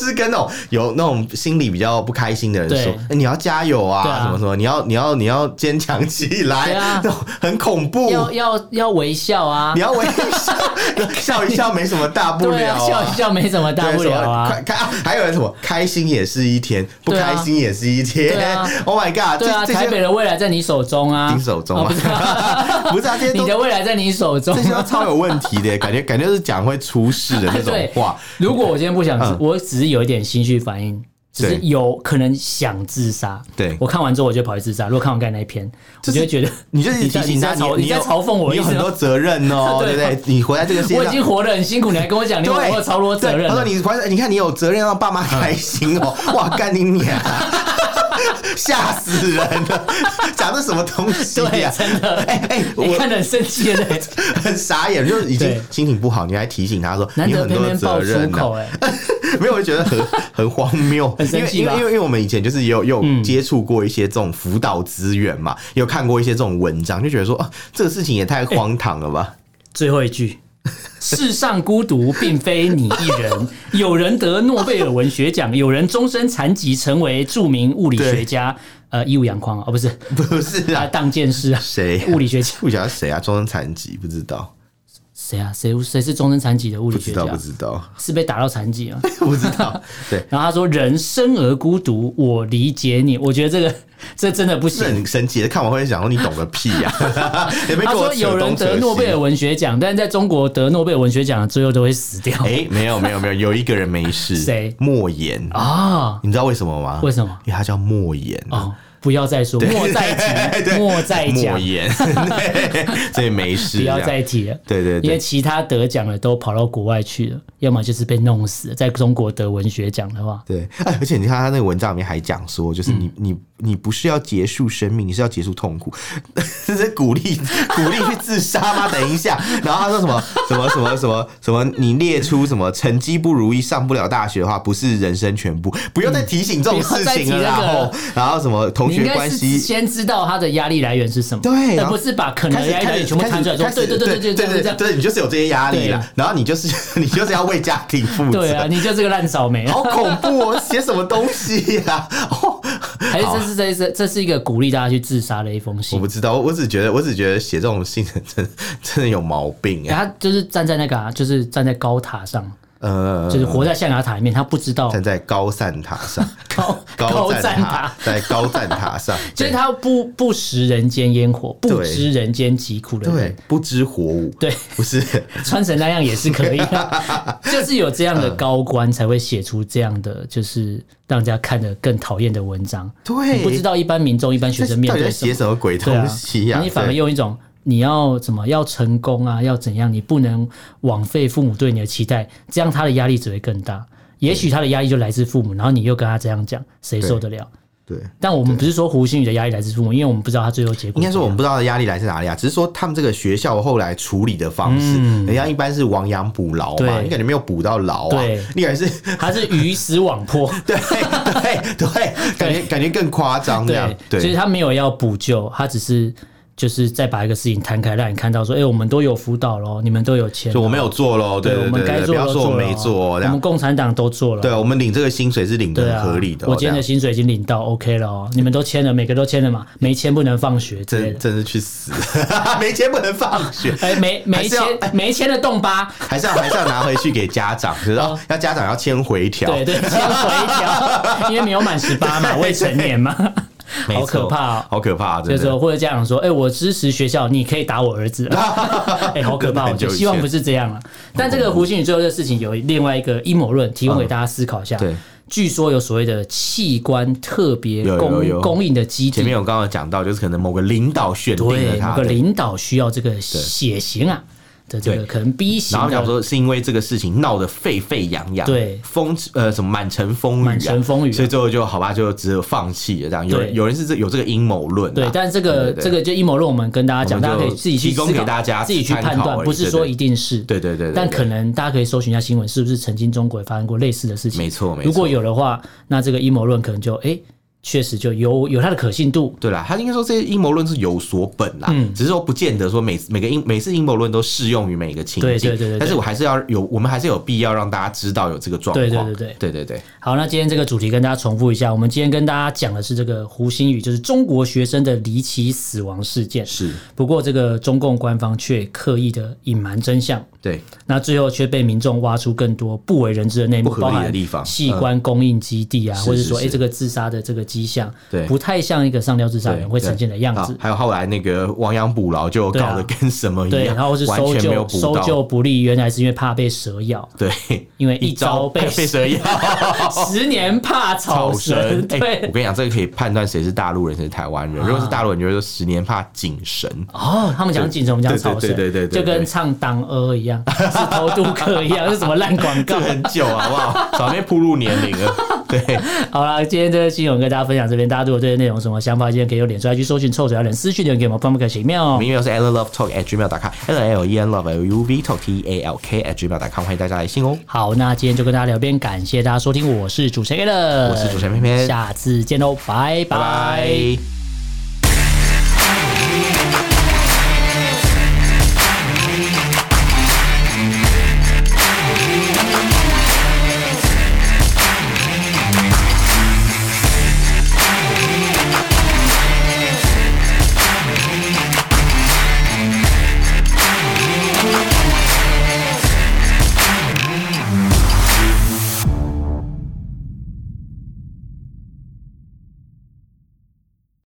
Speaker 1: 是跟那种有那种心里比较不开心的人说
Speaker 2: 对，
Speaker 1: 哎你要加油啊，
Speaker 2: 对啊
Speaker 1: 什么什么，你要你要你要坚强起来，
Speaker 2: 对啊
Speaker 1: 那种很恐怖，
Speaker 2: 要要要微笑啊
Speaker 1: 你，要微笑，
Speaker 2: [laughs]
Speaker 1: 笑一笑没什么大不
Speaker 2: 对啊，
Speaker 1: 了、
Speaker 2: 笑一。笑没什么大
Speaker 1: 对
Speaker 2: 不了
Speaker 1: 什么
Speaker 2: 啊。
Speaker 1: 快开！还有人什么开心也是一天，不
Speaker 2: 对啊
Speaker 1: 开心也是一天。
Speaker 2: 对啊
Speaker 1: [laughs] oh my god！
Speaker 2: 对啊，
Speaker 1: 这这
Speaker 2: 台
Speaker 1: 些
Speaker 2: 北的未来在你手中啊，
Speaker 1: 盯手中
Speaker 2: 啊
Speaker 1: 啊
Speaker 2: 不是
Speaker 1: [laughs]
Speaker 2: 啊
Speaker 1: 不是啊，这些
Speaker 2: 你
Speaker 1: 都
Speaker 2: 的未来在你手中啊
Speaker 1: 这。些都超有问题的，感觉感觉是讲会出事 [laughs] 的那种
Speaker 2: [laughs] 对
Speaker 1: 话。
Speaker 2: 如果我今天不想自
Speaker 1: 嗯，
Speaker 2: 我只是有一点心绪反应，只是
Speaker 1: 对
Speaker 2: 有可能想自杀。
Speaker 1: 对
Speaker 2: 我看完之后我就跑去自杀。如果看完刚才那一篇，我就会觉得
Speaker 1: 你就是提醒他，
Speaker 2: 你在嘲
Speaker 1: 你
Speaker 2: 你在
Speaker 1: 有
Speaker 2: 嘲讽我
Speaker 1: 你有
Speaker 2: 意思
Speaker 1: 很
Speaker 2: 吗
Speaker 1: 多责任
Speaker 2: [laughs]
Speaker 1: 哦，对
Speaker 2: 对
Speaker 1: 不对？你活在这个世界
Speaker 2: 我已
Speaker 1: 上
Speaker 2: 经。活得很辛苦，你还跟我讲你有
Speaker 1: 对，
Speaker 2: 我有超多责
Speaker 1: 对
Speaker 2: 任
Speaker 1: 他说
Speaker 2: 了。
Speaker 1: 你还你看你有责任让爸妈开心
Speaker 2: [laughs]
Speaker 1: 哦，哇，干你娘！啊 [laughs] 吓死人了，讲的什么东西
Speaker 2: 对
Speaker 1: 呀、，
Speaker 2: 真的，
Speaker 1: 哎哎、
Speaker 2: 你
Speaker 1: 我
Speaker 2: 看得很生气的，对
Speaker 1: 很傻眼，就是已经
Speaker 2: 对
Speaker 1: 心情不好，你还提醒他说
Speaker 2: 难
Speaker 1: [laughs] 你有
Speaker 2: 得
Speaker 1: 很
Speaker 2: 偏
Speaker 1: 多
Speaker 2: 偏
Speaker 1: 责
Speaker 2: 爆粗
Speaker 1: 任啊呢、
Speaker 2: 口，哎，
Speaker 1: [laughs] 没有，我就觉得很 [laughs] 很荒谬，
Speaker 2: 很生气
Speaker 1: 因为
Speaker 2: 吧
Speaker 1: 因为因为因为我们以前就是也有也有接触过一些这种辅导资源嘛，也有看过一些这种文章，就觉得说啊，这个事情也太荒唐了
Speaker 2: [laughs]
Speaker 1: 吧？
Speaker 2: 最后一句。哎世上孤独并非你一
Speaker 1: [laughs]
Speaker 2: 人，有人得诺贝尔文学奖，有人终身残疾成为著名物理学家，呃，义务阳光啊，哦不是，
Speaker 1: 不是
Speaker 2: 啊，
Speaker 1: 啊，
Speaker 2: 当剑师啊，
Speaker 1: 谁
Speaker 2: 物理学家
Speaker 1: 不晓得谁啊，终身残疾不知道，
Speaker 2: 谁啊？谁谁是终身残疾的物
Speaker 1: 不
Speaker 2: 理
Speaker 1: 知
Speaker 2: 学
Speaker 1: 道
Speaker 2: 家
Speaker 1: 不？知道
Speaker 2: 是被打到残疾吗？
Speaker 1: 不知道， [laughs]
Speaker 2: [laughs]
Speaker 1: 对，
Speaker 2: 然后他说：“人生而孤独，我理解你。” [laughs] 我觉得这个这真的不
Speaker 1: 这
Speaker 2: 行。
Speaker 1: 很神奇，看完会想说你懂个屁呀、啊， [laughs] 也没
Speaker 2: 他
Speaker 1: 跟我
Speaker 2: 说
Speaker 1: 扯
Speaker 2: 有人
Speaker 1: 东扯
Speaker 2: 得诺贝
Speaker 1: 西
Speaker 2: 尔。文学奖，但是在中国得诺贝尔文学奖的最后都会
Speaker 1: [laughs]
Speaker 2: 死掉
Speaker 1: 哎、没有没有没有，有一个人没事，
Speaker 2: 谁
Speaker 1: 莫言
Speaker 2: 啊！
Speaker 1: 你知道为什么吗？
Speaker 2: 为什么？
Speaker 1: 因为他叫莫言啊
Speaker 2: 哦，不要再说，莫再
Speaker 1: [laughs]
Speaker 2: 提，
Speaker 1: 对
Speaker 2: 莫再
Speaker 1: 莫啊
Speaker 2: 讲， [laughs]
Speaker 1: 言，对所以没事。
Speaker 2: 不要
Speaker 1: 这样
Speaker 2: 再提了。
Speaker 1: 对对
Speaker 2: 因为
Speaker 1: 对，
Speaker 2: 其他得奖的都跑到国外去了，要么就是被弄死了。在中国得文学奖的话，
Speaker 1: 对，哎而且你看他那个文章里面还讲说，就是
Speaker 2: 嗯
Speaker 1: 你、你你不是要结束生命，你是要结束痛苦， [laughs] 这是鼓励鼓励去自杀吗？等一下，然后他说什么什么什么什么什么，你列出什么成绩不如意上不了大学的话，不是人生全部，不要再提醒这种
Speaker 2: 嗯不要
Speaker 1: 事
Speaker 2: 再
Speaker 1: 情
Speaker 2: 提
Speaker 1: 了啦。
Speaker 2: 这个
Speaker 1: 然后然后什么同
Speaker 2: 你应
Speaker 1: 学
Speaker 2: 该
Speaker 1: 关
Speaker 2: 是
Speaker 1: 系
Speaker 2: 先知道他的压力来源是什么，
Speaker 1: 对然
Speaker 2: 而
Speaker 1: 后
Speaker 2: 不是把可能
Speaker 1: 开
Speaker 2: 的
Speaker 1: 始
Speaker 2: 压力来
Speaker 1: 开始
Speaker 2: 源哎全部
Speaker 1: 开
Speaker 2: 摊出来
Speaker 1: 始
Speaker 2: 说，
Speaker 1: 开始
Speaker 2: 对对对
Speaker 1: 对
Speaker 2: 对对，
Speaker 1: 对
Speaker 2: 这样
Speaker 1: 对，你就是有这些压力了
Speaker 2: 对，
Speaker 1: 然后你就是你就是 [laughs] 要为家庭负责，
Speaker 2: 对啊，你就这个烂草莓，
Speaker 1: 好恐怖哦，写什么东西呀、哦，
Speaker 2: 还是这是这是这是一个鼓励大家去自杀的一封
Speaker 1: 我
Speaker 2: 信
Speaker 1: 不。知道，我只觉得我只觉得写这种信真真的有 [laughs] 毛病哎、
Speaker 2: 他就是站在那个、啊，就是站在高塔上，
Speaker 1: 呃，
Speaker 2: 就是活在象牙塔里面，他不知道
Speaker 1: 站在高散塔上，
Speaker 2: [laughs] 高
Speaker 1: 高
Speaker 2: 站
Speaker 1: 塔，在高站塔上，
Speaker 2: [laughs] 就
Speaker 1: 对
Speaker 2: 是他不不食人间烟火，不
Speaker 1: 对
Speaker 2: 知人间疾苦的
Speaker 1: 对
Speaker 2: 人，
Speaker 1: 不知火舞，
Speaker 2: 对，
Speaker 1: 不是
Speaker 2: 穿成那样也是可以
Speaker 1: [laughs]
Speaker 2: 的，就是有这样
Speaker 1: 嗯
Speaker 2: 的高官才会写出这样的，就是让人家看得更讨厌的文章。
Speaker 1: 对
Speaker 2: 你不知道一般民众、一般学
Speaker 1: 这
Speaker 2: 生面
Speaker 1: 到底在
Speaker 2: 对什
Speaker 1: 写
Speaker 2: 么。
Speaker 1: 什么鬼
Speaker 2: 对
Speaker 1: 东西呀、
Speaker 2: 啊，你反而
Speaker 1: 对
Speaker 2: 用一种你要怎么要成功啊，要怎样，你不能枉费父母对你的期待，这样他的压力只会更大。也许他的压力就来自父母，然后你又跟他这样讲，谁受得了？
Speaker 1: 对。
Speaker 2: 但我们不是说胡心宇的压力来自父母，因为我们不知道他最后结
Speaker 1: 应
Speaker 2: 果怎么样。
Speaker 1: 该说我们不知道的压力来自哪里啊，只是说他们这个学校后来处理的方式，人家一般是亡羊补牢嘛，
Speaker 2: 嗯对
Speaker 1: 你感觉没有补到牢啊
Speaker 2: 对，
Speaker 1: 你感觉是
Speaker 2: 他是鱼死网破，
Speaker 1: [laughs] 对对对，感觉感觉更夸张这样
Speaker 2: 对，，所以
Speaker 1: 对
Speaker 2: 他没有要补救，他只是就是再把一个事情摊开，让你看到说，哎、我们都有辅导咯，你们都有钱咯，
Speaker 1: 就我们有做喽，对
Speaker 2: 我
Speaker 1: 对
Speaker 2: 们
Speaker 1: 对
Speaker 2: 该
Speaker 1: 对，不
Speaker 2: 做的
Speaker 1: 要
Speaker 2: 都
Speaker 1: 说
Speaker 2: 做
Speaker 1: 我
Speaker 2: 了
Speaker 1: 没做
Speaker 2: 我
Speaker 1: 这样
Speaker 2: 们，共产党都做了，
Speaker 1: 对我们领这个薪水是领
Speaker 2: 对
Speaker 1: 的
Speaker 2: 啊，
Speaker 1: 合理的哦，
Speaker 2: 我今天
Speaker 1: 这
Speaker 2: 的
Speaker 1: 样
Speaker 2: 薪水已经领到 OK 了哦，你们都签了，每个都签了嘛，没签不能放学之类
Speaker 1: 真
Speaker 2: 的。
Speaker 1: 真是去死， [laughs] 没钱不能放学。
Speaker 2: 哎，没
Speaker 1: 还
Speaker 2: 没
Speaker 1: 是要
Speaker 2: 签没签的动吧？
Speaker 1: 还是要还是要拿回去给家长，就是哦要家长要签回条，
Speaker 2: 对对，签回条，因为没有满十
Speaker 1: [laughs]
Speaker 2: 八嘛，未成年嘛，
Speaker 1: 没错
Speaker 2: 好可怕哦。
Speaker 1: 好可怕，啊
Speaker 2: 就
Speaker 1: 真
Speaker 2: 是说
Speaker 1: 的。
Speaker 2: 或者家长说，哎，我支持学校，你可以打我
Speaker 1: [laughs]
Speaker 2: 儿子，哎，好可怕！
Speaker 1: 真的
Speaker 2: 我
Speaker 1: 很
Speaker 2: 觉
Speaker 1: 久
Speaker 2: 得
Speaker 1: 以
Speaker 2: 希望
Speaker 1: 前
Speaker 2: 不是这样了。啊但这个胡信宇最后的事情有另外一个阴谋论，提供给大家思考一下。
Speaker 1: 对，
Speaker 2: 据说有所谓的器官特别
Speaker 1: 有有
Speaker 2: 供
Speaker 1: 有
Speaker 2: 供应的基地
Speaker 1: 前，面我刚刚有讲到，就是可能某个领导选定了
Speaker 2: 对，
Speaker 1: 他
Speaker 2: 某个
Speaker 1: 的，
Speaker 2: 领导需要这个血型啊的这个
Speaker 1: 对
Speaker 2: 可能 B 型
Speaker 1: 然后讲
Speaker 2: 的。
Speaker 1: 说是因为这个事情闹得沸沸扬扬，
Speaker 2: 对
Speaker 1: 风呃什么满城风雨、啊，
Speaker 2: 满城风雨啊
Speaker 1: 所以最后就好吧，就只有放弃了这样。有
Speaker 2: 对
Speaker 1: 有人是这有这个阴谋论啊，
Speaker 2: 对，但这
Speaker 1: 对
Speaker 2: 个
Speaker 1: 对对
Speaker 2: 这个就阴谋论，我们跟大家讲，
Speaker 1: 我们
Speaker 2: 大家
Speaker 1: 就
Speaker 2: 可以自己去
Speaker 1: 提供
Speaker 2: 思考
Speaker 1: 给大家
Speaker 2: 自己去
Speaker 1: 参考
Speaker 2: 判断，
Speaker 1: 而已
Speaker 2: 不是
Speaker 1: 对
Speaker 2: 说
Speaker 1: 对
Speaker 2: 一定是。
Speaker 1: 对对对对
Speaker 2: 但
Speaker 1: 对
Speaker 2: 可能大家可以搜寻一下新闻，是不是曾经中国也发生过类似的事情？
Speaker 1: 没错没错
Speaker 2: 如果有的话，那这个阴谋论可能就哎，确实就有有它的可信度。
Speaker 1: 对啦，他应该说这些阴谋论是有所本啦，
Speaker 2: 嗯
Speaker 1: 只是说不见得说每每个阴每次阴谋论都适用于每个情境，
Speaker 2: 对对对对对
Speaker 1: 但是我还是要有，我们还是有必要让大家知道有这个状况，
Speaker 2: 对对对对
Speaker 1: 对对对
Speaker 2: 好，那今天这个主题跟大家重复一下，我们今天跟大家讲的是这个胡鑫宇，就是中国学生的离奇死亡事件。
Speaker 1: 是
Speaker 2: 不过，这个中共官方却刻意的隐瞒真相，
Speaker 1: 对，
Speaker 2: 那最后却被民众挖出更多不为人知的内幕，
Speaker 1: 不合
Speaker 2: 包
Speaker 1: 理的
Speaker 2: 含
Speaker 1: 地方嗯
Speaker 2: 器官供应基地啊，
Speaker 1: 是
Speaker 2: 或者
Speaker 1: 是
Speaker 2: 说哎、
Speaker 1: 是
Speaker 2: 这个自杀的这个迹象，
Speaker 1: 对
Speaker 2: 不太像一个上吊自杀
Speaker 1: 对
Speaker 2: 人会呈现的样
Speaker 1: 对
Speaker 2: 子
Speaker 1: 啊。还有后来那个亡羊补牢，就
Speaker 2: 对啊
Speaker 1: 搞得跟什么一
Speaker 2: 对，
Speaker 1: 样，
Speaker 2: 然后是
Speaker 1: 完
Speaker 2: 搜
Speaker 1: 全没有
Speaker 2: 救
Speaker 1: 补
Speaker 2: 搜救
Speaker 1: 到。
Speaker 2: 不力，原来是因为怕被蛇咬，
Speaker 1: 对，
Speaker 2: 因为
Speaker 1: 一
Speaker 2: 一朝被
Speaker 1: [laughs] 被蛇咬，
Speaker 2: [laughs] 十年怕草
Speaker 1: 草
Speaker 2: 绳
Speaker 1: 绳。，哎、
Speaker 2: 对
Speaker 1: 我，跟你讲，这个可以判断谁是大陆人，谁是台湾人。如果是大陆人，你就说十年怕井绳，
Speaker 2: 哦，他们讲警绳，我们讲草绳，
Speaker 1: 对对对对对对
Speaker 2: 就跟唱党鹅一样，是偷渡客一
Speaker 1: [laughs]
Speaker 2: 样，是什么烂广告
Speaker 1: 这？很久啊好不好？早被铺入年龄了。对，
Speaker 2: 好啦，今天这个新闻跟大家分享这边，大家如果对这内容有什么想法，今天可以用脸书来去搜寻臭嘴要人私讯留言给我们，帮我们写 email
Speaker 1: 我们 email 是 l love talk at gmail com l l e n love l u v talk t a l k at gmail com，欢迎大家来信哦。
Speaker 2: 好，那今天就跟大家聊边，感谢大家收听，我是主持人 a l
Speaker 1: 我是主持人偏偏
Speaker 2: 下次见喽，
Speaker 1: 拜
Speaker 2: 拜拜
Speaker 1: 拜。